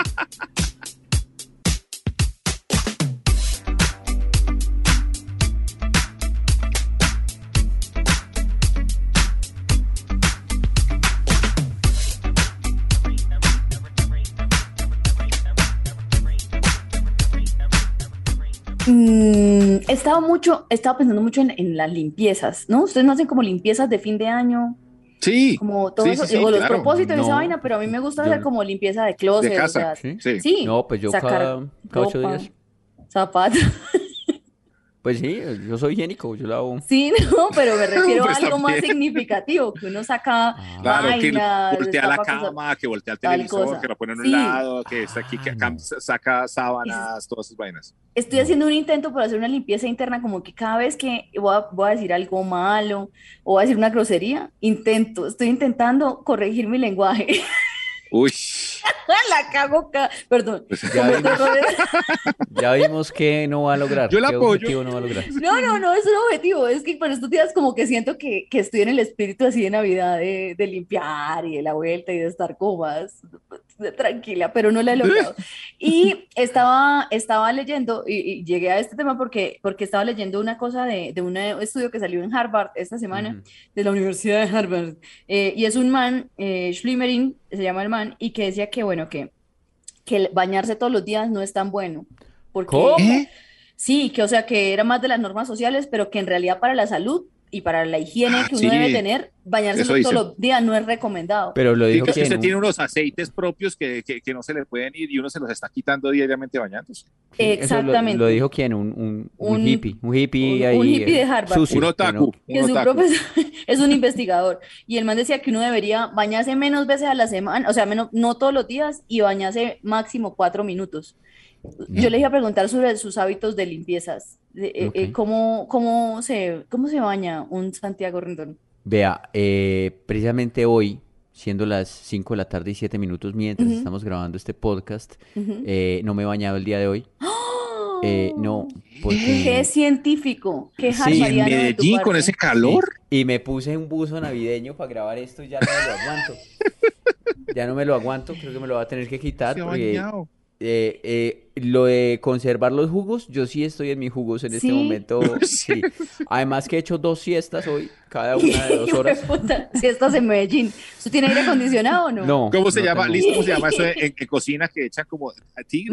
[SPEAKER 3] Mm, he estado mucho, he estado pensando mucho en, en las limpiezas, ¿no? Ustedes no hacen como limpiezas de fin de año,
[SPEAKER 4] Sí,
[SPEAKER 3] como todo
[SPEAKER 4] Sí,
[SPEAKER 3] eso,
[SPEAKER 4] sí, sí,
[SPEAKER 3] o los
[SPEAKER 4] claro.
[SPEAKER 3] propósitos de esa
[SPEAKER 2] No,
[SPEAKER 3] vaina, pero a mí me gusta
[SPEAKER 2] yo
[SPEAKER 3] hacer
[SPEAKER 2] no.
[SPEAKER 3] como limpieza de closet,
[SPEAKER 4] de
[SPEAKER 3] o
[SPEAKER 4] casa.
[SPEAKER 3] sea,
[SPEAKER 4] Sí.
[SPEAKER 3] sí,
[SPEAKER 2] No, pues yo
[SPEAKER 3] sacar
[SPEAKER 2] cada, cada ocho
[SPEAKER 3] ropa,
[SPEAKER 2] días.
[SPEAKER 3] zapatos, *laughs*
[SPEAKER 2] Pues sí, yo soy higiénico, yo lo hago.
[SPEAKER 3] sí, no,
[SPEAKER 4] *laughs*
[SPEAKER 3] pero me refiero a
[SPEAKER 4] Pues
[SPEAKER 3] algo más
[SPEAKER 4] también. Ah.
[SPEAKER 3] significativo, que uno saca
[SPEAKER 4] Claro,
[SPEAKER 3] vainas,
[SPEAKER 4] que voltea la
[SPEAKER 3] destapa cosas.
[SPEAKER 4] cama, que voltea el
[SPEAKER 3] tal
[SPEAKER 4] televisor,
[SPEAKER 3] cosa.
[SPEAKER 4] que lo pone en un
[SPEAKER 3] Sí.
[SPEAKER 4] lado, que está aquí, que acá saca sábanas, todas esas vainas.
[SPEAKER 3] Estoy haciendo un intento por hacer una limpieza interna, como que cada vez que voy a, voy a decir algo malo o voy a decir una grosería, intento, estoy intentando corregir mi lenguaje.
[SPEAKER 4] Uy,
[SPEAKER 3] *laughs* La cago, ca- perdón.
[SPEAKER 2] Ya
[SPEAKER 3] cometo
[SPEAKER 2] vimos,
[SPEAKER 3] errores.
[SPEAKER 2] ya vimos que no va a lograr.
[SPEAKER 4] Yo la
[SPEAKER 2] qué
[SPEAKER 4] apoyo.
[SPEAKER 2] objetivo no va a lograr.
[SPEAKER 3] No, no, no, es un objetivo. Es que para estos días como que siento que, que estoy en el espíritu así de Navidad, de, de limpiar y de la vuelta y de estar como más tranquila, pero no la he logrado. Y estaba, estaba leyendo, y, y llegué a este tema porque, porque estaba leyendo una cosa de, de un estudio que salió en Harvard esta semana,
[SPEAKER 2] Ujú.
[SPEAKER 3] de la Universidad de Harvard. Eh, y es un man, eh, Schlimmering, se llama el man, y que decía que, bueno, que, que el bañarse todos los días no es tan bueno. Porque,
[SPEAKER 2] ¿Cómo?
[SPEAKER 3] Sí, que o sea que era más de las normas sociales, pero que en realidad para la salud y para la higiene
[SPEAKER 4] Ah,
[SPEAKER 3] que uno
[SPEAKER 4] sí.
[SPEAKER 3] debe tener, bañarse
[SPEAKER 4] Eso
[SPEAKER 3] todos
[SPEAKER 4] dice.
[SPEAKER 3] los días no es recomendado.
[SPEAKER 2] Pero lo dijo
[SPEAKER 4] Digo que
[SPEAKER 2] que
[SPEAKER 4] usted tiene unos aceites propios que, que, que no se le pueden ir y uno se los está quitando diariamente bañándose.
[SPEAKER 3] Exactamente.
[SPEAKER 2] Lo, dijo quién, un, un, un
[SPEAKER 3] Un-
[SPEAKER 2] hippie, un hippie
[SPEAKER 3] un-
[SPEAKER 2] ahí.
[SPEAKER 3] un hippie de
[SPEAKER 2] eh,
[SPEAKER 3] Harvard.
[SPEAKER 2] sucio,
[SPEAKER 4] un
[SPEAKER 2] que
[SPEAKER 4] otaku,
[SPEAKER 2] no-
[SPEAKER 3] que
[SPEAKER 4] un
[SPEAKER 3] es un
[SPEAKER 4] otaku.
[SPEAKER 3] profesor, *laughs* es un investigador. Y el man decía que uno debería bañarse menos veces a la semana, o sea, menos, no todos los días, y bañarse máximo cuatro minutos. Yo le iba a preguntar sobre sus hábitos de limpiezas. de- eh, eh,
[SPEAKER 2] Mm. Ok.
[SPEAKER 3] ¿cómo, cómo se, ¿Cómo se baña un Santiago Rendón?
[SPEAKER 2] Vea, eh, precisamente hoy, siendo las 5 de la tarde y 7 minutos mientras
[SPEAKER 3] Ujú.
[SPEAKER 2] estamos grabando este podcast,
[SPEAKER 3] Ujú.
[SPEAKER 2] eh, no me he bañado el día de hoy. Eh, no,
[SPEAKER 3] Ah. Qué
[SPEAKER 2] porque...
[SPEAKER 3] científico, qué
[SPEAKER 2] Sí,
[SPEAKER 4] Y en
[SPEAKER 3] hawaiano de tu
[SPEAKER 4] Medellín con
[SPEAKER 3] parte. *laughs*
[SPEAKER 4] ese calor.
[SPEAKER 2] Y me puse un buzo navideño para grabar esto y ya no me lo aguanto. Ya no me lo aguanto, creo que me lo va a tener que quitar
[SPEAKER 4] Se ha
[SPEAKER 2] porque
[SPEAKER 4] bañado.
[SPEAKER 2] eh, eh, lo de conservar los jugos, yo sí estoy en mis jugos en este
[SPEAKER 3] *laughs* Sí.
[SPEAKER 2] momento. Sí. Además que he hecho dos siestas hoy, cada una
[SPEAKER 3] *laughs*
[SPEAKER 2] de dos horas.
[SPEAKER 3] Hijueputa, Si estás en Medellín, ¿tú tienes aire acondicionado o no?
[SPEAKER 2] No,
[SPEAKER 4] ¿Cómo se
[SPEAKER 2] no
[SPEAKER 4] llama?
[SPEAKER 2] tengo.
[SPEAKER 4] ¿Listo? ¿Cómo se llama
[SPEAKER 3] *laughs*
[SPEAKER 4] eso en, en cocina que echan como a tigre?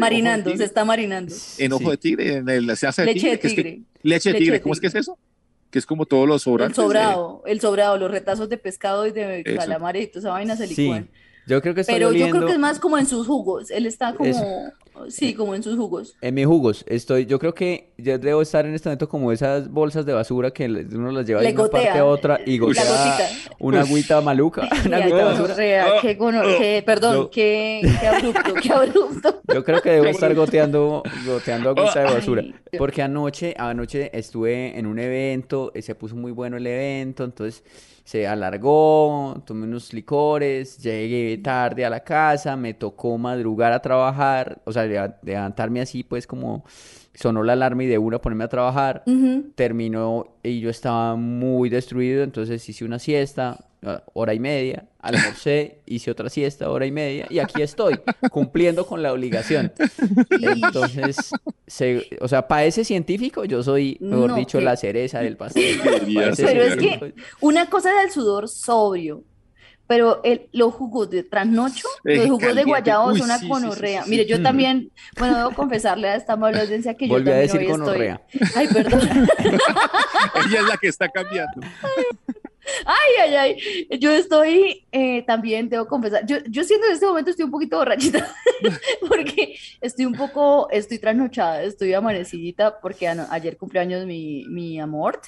[SPEAKER 4] ojo
[SPEAKER 3] Marinando, se
[SPEAKER 4] de tigre?
[SPEAKER 3] está marinando.
[SPEAKER 4] En ojo
[SPEAKER 2] Sí.
[SPEAKER 4] de tigre, en el, se hace de
[SPEAKER 3] Leche
[SPEAKER 4] tigre,
[SPEAKER 3] de
[SPEAKER 4] que es que-
[SPEAKER 3] tigre.
[SPEAKER 4] leche de
[SPEAKER 3] Leche de
[SPEAKER 4] tigre, ¿cómo es que es
[SPEAKER 3] tigre.
[SPEAKER 4] eso? Que es como todos los
[SPEAKER 3] El
[SPEAKER 4] sobrantes. eh,
[SPEAKER 3] sobrado, el sobrado, los retazos de pescado y de
[SPEAKER 4] Eso.
[SPEAKER 3] calamares y toda esa vaina se
[SPEAKER 2] Sí,
[SPEAKER 3] licúan.
[SPEAKER 2] yo creo que estoy
[SPEAKER 3] Pero yo creo
[SPEAKER 2] oliendo-
[SPEAKER 3] que es más como en sus jugos. Él está como,
[SPEAKER 2] Eso.
[SPEAKER 3] sí, como en sus jugos.
[SPEAKER 2] En mis jugos, estoy, yo creo que yo debo estar en este momento como esas bolsas de basura que le- uno las lleva
[SPEAKER 3] Le
[SPEAKER 2] de una parte
[SPEAKER 3] gotea,
[SPEAKER 2] a otra y
[SPEAKER 3] la
[SPEAKER 2] gotea
[SPEAKER 3] gotita.
[SPEAKER 2] una
[SPEAKER 3] *laughs*
[SPEAKER 2] agüita maluca, *laughs* una
[SPEAKER 3] Ay,
[SPEAKER 2] agüita basura.
[SPEAKER 3] gonorrea, qué gono- qué- perdón,
[SPEAKER 2] No.
[SPEAKER 3] qué, qué abrupto, qué
[SPEAKER 2] *laughs*
[SPEAKER 3] abrupto.
[SPEAKER 2] Yo creo que debo estar goteando, goteando agüita de basura.
[SPEAKER 3] Ay,
[SPEAKER 2] Porque anoche, anoche estuve en un evento, eh, se puso muy bueno el evento, entonces se alargó, tomé unos licores, llegué tarde a la casa, me tocó madrugar a trabajar, o sea, leva- levantarme así, pues como sonó la alarma y de una ponerme a trabajar.
[SPEAKER 3] Ujú.
[SPEAKER 2] terminó y yo estaba muy destruido, entonces hice una siesta, ah, hora y media, almorcé, *laughs* hice otra siesta, hora y media, y aquí estoy, cumpliendo con la obligación. Entonces, se- o sea, para ese científico yo soy, mejor
[SPEAKER 3] No,
[SPEAKER 2] dicho,
[SPEAKER 3] qué-
[SPEAKER 2] la cereza del
[SPEAKER 3] *laughs*
[SPEAKER 2] pastel. Pa'
[SPEAKER 4] Debería
[SPEAKER 2] ese
[SPEAKER 3] Pero es que
[SPEAKER 2] científico-
[SPEAKER 3] una cosa es el sudor sobrio, pero el, los jugos de trasnocho,
[SPEAKER 4] Eh,
[SPEAKER 3] los jugos de
[SPEAKER 4] caliente.
[SPEAKER 3] guayabo
[SPEAKER 4] Uy,
[SPEAKER 3] son una
[SPEAKER 4] sí, sí, sí,
[SPEAKER 3] conorrea.
[SPEAKER 4] sí, sí.
[SPEAKER 3] Mire, yo también, bueno, debo confesarle a esta amable audiencia que yo
[SPEAKER 2] Mm. Volví a
[SPEAKER 3] también
[SPEAKER 2] decir
[SPEAKER 3] hoy estoy.
[SPEAKER 2] gonorrea.
[SPEAKER 3] Ay, perdón.
[SPEAKER 4] Ella es la que está cambiando.
[SPEAKER 3] Ay, ay, ay. Yo estoy, eh, también debo confesar, yo, yo siento en este momento estoy un poquito borrachita, *laughs* porque estoy un poco, estoy trasnochada, estoy amanecidita, porque ano- ayer cumpleaños mi, mi amor,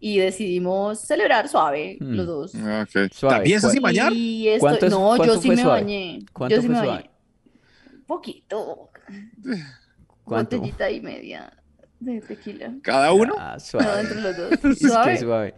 [SPEAKER 3] y decidimos celebrar suave
[SPEAKER 2] Mm.
[SPEAKER 3] los dos.
[SPEAKER 2] Suave,
[SPEAKER 4] Ah, ¿También es así
[SPEAKER 2] ¿cuál-
[SPEAKER 4] bañar?
[SPEAKER 3] Y esto-
[SPEAKER 2] ¿Cuánto es-
[SPEAKER 3] no, yo
[SPEAKER 2] cuánto
[SPEAKER 3] sí
[SPEAKER 2] fue
[SPEAKER 3] me
[SPEAKER 2] suave?
[SPEAKER 3] bañé.
[SPEAKER 2] ¿Cuánto
[SPEAKER 3] Yo sí
[SPEAKER 2] fue
[SPEAKER 3] me
[SPEAKER 2] suave?
[SPEAKER 3] bañé. poquito.
[SPEAKER 2] ¿Cuánto?
[SPEAKER 3] Botellita y media de tequila.
[SPEAKER 4] Cada uno.
[SPEAKER 2] Ah,
[SPEAKER 3] No,
[SPEAKER 2] suave.
[SPEAKER 3] entre los
[SPEAKER 2] *laughs*
[SPEAKER 3] dos.
[SPEAKER 2] Es que
[SPEAKER 3] Suave.
[SPEAKER 2] suave.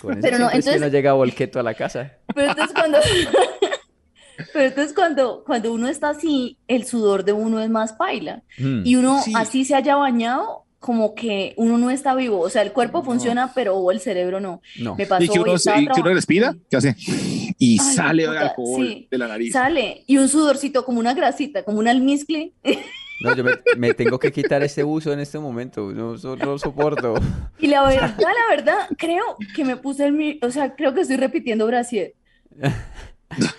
[SPEAKER 2] Con
[SPEAKER 3] Pero no,
[SPEAKER 2] eso siempre es que
[SPEAKER 3] entonces-
[SPEAKER 2] no llega volqueto a la casa.
[SPEAKER 3] Pero entonces cuando, *laughs* pero entonces cuando, cuando uno está así, el sudor de uno es más paila.
[SPEAKER 2] Mm.
[SPEAKER 3] Y uno
[SPEAKER 4] Sí.
[SPEAKER 3] así se haya bañado, como que uno no está vivo. O sea, el cuerpo
[SPEAKER 2] No.
[SPEAKER 3] funciona, pero el cerebro no.
[SPEAKER 2] No.
[SPEAKER 3] Me pasó
[SPEAKER 4] Y que uno,
[SPEAKER 3] hoy, estaba
[SPEAKER 4] y que uno
[SPEAKER 3] trabajando.
[SPEAKER 4] respira, ¿qué hace? Y
[SPEAKER 3] Ay,
[SPEAKER 4] sale el
[SPEAKER 3] puta,
[SPEAKER 4] alcohol
[SPEAKER 3] sí.
[SPEAKER 4] de la nariz.
[SPEAKER 3] Sale, y un sudorcito, como una grasita, como un almizcle.
[SPEAKER 2] No, yo me, me tengo que quitar este uso en este momento. No, so- no soporto.
[SPEAKER 3] Y la verdad,
[SPEAKER 4] *laughs*
[SPEAKER 3] la verdad, creo que me puse el mi- o sea, creo que estoy repitiendo brasier.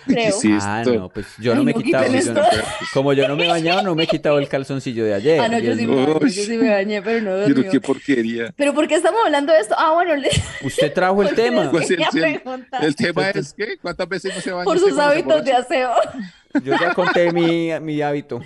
[SPEAKER 3] Creo.
[SPEAKER 4] Sí, esto-
[SPEAKER 2] Ah, no, pues yo no
[SPEAKER 3] Ay,
[SPEAKER 2] me he
[SPEAKER 3] no
[SPEAKER 2] quitado.
[SPEAKER 3] quiten
[SPEAKER 2] yo no-
[SPEAKER 3] esto.
[SPEAKER 2] como yo no me he bañado, no me he quitado el calzoncillo de ayer.
[SPEAKER 3] Ah, no, yo
[SPEAKER 2] Dios
[SPEAKER 3] sí
[SPEAKER 2] mío.
[SPEAKER 3] me bañé, yo
[SPEAKER 4] Uy.
[SPEAKER 3] sí me bañé, pero no
[SPEAKER 4] Pero
[SPEAKER 3] dormido.
[SPEAKER 4] qué porquería.
[SPEAKER 3] ¿Pero por qué estamos hablando de esto? Ah, bueno, *laughs* le-
[SPEAKER 2] Usted trajo el
[SPEAKER 3] porque les
[SPEAKER 2] tema.
[SPEAKER 4] Pues sí,
[SPEAKER 3] quería
[SPEAKER 4] sí, el-
[SPEAKER 3] preguntar
[SPEAKER 4] El tema
[SPEAKER 2] Entonces-
[SPEAKER 4] es que cuántas veces no se baña.
[SPEAKER 3] por
[SPEAKER 4] usted
[SPEAKER 3] sus
[SPEAKER 4] cuando se
[SPEAKER 3] hábitos de
[SPEAKER 4] emborracha?
[SPEAKER 3] aseo. *laughs*
[SPEAKER 2] Yo ya conté mi, mi hábito.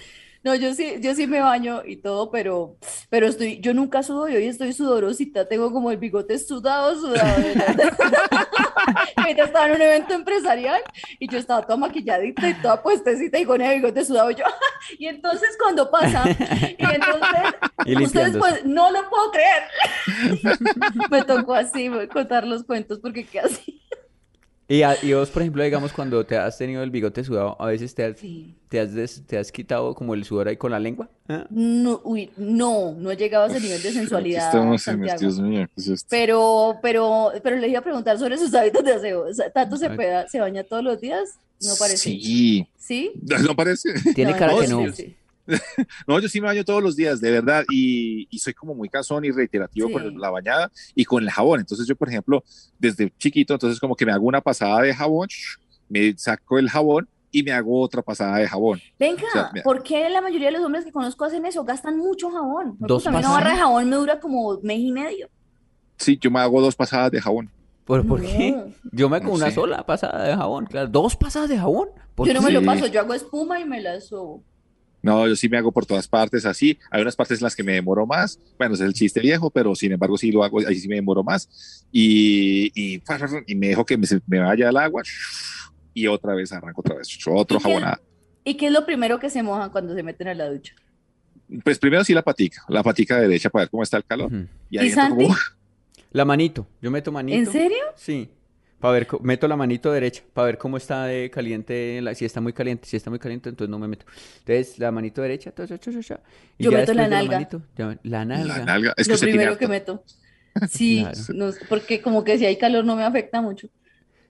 [SPEAKER 3] No, yo sí, yo sí me baño y todo, pero, pero estoy, yo nunca sudo y hoy estoy sudorosita, tengo como el bigote sudado, sudado. de verdad. *laughs* Ahorita estaba en un evento empresarial y yo estaba toda maquilladita y toda puestecita y con el bigote sudado y yo, *laughs* y entonces cuando pasa, y entonces
[SPEAKER 2] Y
[SPEAKER 3] ustedes
[SPEAKER 2] limpiándose.
[SPEAKER 3] pues, no lo puedo creer. *laughs* Me tocó así güey, contar los cuentos porque qué así.
[SPEAKER 2] Y, a- y vos, por ejemplo, digamos, cuando te has tenido el bigote sudado, a veces te has, te has, des- te has quitado como el sudor ahí con la lengua.
[SPEAKER 3] *laughs*
[SPEAKER 2] ¿Ah?
[SPEAKER 3] No, uy, no, no he llegado a ese nivel de sensualidad,
[SPEAKER 4] Estamos en
[SPEAKER 3] Santiago.
[SPEAKER 4] Dios mío. ¿qué es esto?
[SPEAKER 3] Pero, pero, pero les iba a preguntar sobre sus hábitos de aseo. O sea, ¿Tato se, peda- se baña todos los días? No parece.
[SPEAKER 4] Sí. *laughs*
[SPEAKER 3] ¿Sí?
[SPEAKER 4] No, no parece.
[SPEAKER 2] Tiene
[SPEAKER 3] Se
[SPEAKER 2] cara
[SPEAKER 3] baña
[SPEAKER 2] que no.
[SPEAKER 3] todos los días, sí.
[SPEAKER 4] No, yo sí me baño todos los días, de verdad, y, y soy como muy cansón y reiterativo
[SPEAKER 3] Sí.
[SPEAKER 4] con la bañada y con el jabón. Entonces yo, por ejemplo, desde chiquito, entonces como que me hago una pasada de jabón, shh, me saco el jabón y me hago otra pasada de jabón.
[SPEAKER 3] Venga,
[SPEAKER 4] O sea, mira.
[SPEAKER 3] ¿por qué la mayoría de los hombres que conozco hacen eso? Gastan mucho jabón. Por
[SPEAKER 2] Dos
[SPEAKER 3] ejemplo, a mí una
[SPEAKER 2] pasadas.
[SPEAKER 3] barra de jabón me dura como mes y medio.
[SPEAKER 4] Sí, yo me hago dos pasadas de jabón.
[SPEAKER 2] ¿Por, por qué?
[SPEAKER 3] No.
[SPEAKER 2] Yo me hago
[SPEAKER 4] No
[SPEAKER 2] una
[SPEAKER 4] sé.
[SPEAKER 2] sola pasada de jabón, claro. ¿Dos pasadas de jabón? ¿Por
[SPEAKER 3] Yo no
[SPEAKER 2] qué?
[SPEAKER 3] me lo
[SPEAKER 4] Sí.
[SPEAKER 3] paso, yo hago espuma y me la sobo.
[SPEAKER 4] No, yo sí me hago por todas partes así. Hay unas partes en las que me demoro más. Bueno, ese es el chiste viejo, pero sin embargo sí lo hago, ahí sí me demoro más. Y, y, y me dejo que me, se- me vaya el agua shh, y otra vez arranco otra vez, shh, otro
[SPEAKER 3] ¿Y qué-
[SPEAKER 4] jabonada.
[SPEAKER 3] ¿Y qué es lo primero que se mojan cuando se meten a la ducha?
[SPEAKER 4] Pues primero sí la patica, la patica derecha para ver cómo está el calor.
[SPEAKER 2] Ujú.
[SPEAKER 4] Y ahí
[SPEAKER 3] ¿Y
[SPEAKER 4] entro
[SPEAKER 3] Santi?
[SPEAKER 4] como-
[SPEAKER 2] La manito. Yo meto manito.
[SPEAKER 3] ¿En serio?
[SPEAKER 2] Sí. Para ver, co- meto la manito derecha, para ver cómo está de caliente, la- si está muy caliente, si está muy caliente, entonces no me meto. Entonces, la manito derecha, ta, ta, ta, ta, ta, y
[SPEAKER 3] Yo
[SPEAKER 2] ya
[SPEAKER 3] meto la
[SPEAKER 2] después de
[SPEAKER 3] nalga.
[SPEAKER 2] manito, ya- la
[SPEAKER 4] la
[SPEAKER 2] nalga.
[SPEAKER 4] nalga. Es que
[SPEAKER 3] Lo
[SPEAKER 4] usted
[SPEAKER 3] primero que
[SPEAKER 4] tiene
[SPEAKER 2] *laughs*
[SPEAKER 3] meto. Sí,
[SPEAKER 2] Claro.
[SPEAKER 3] no sé, porque como que si hay calor no me afecta mucho.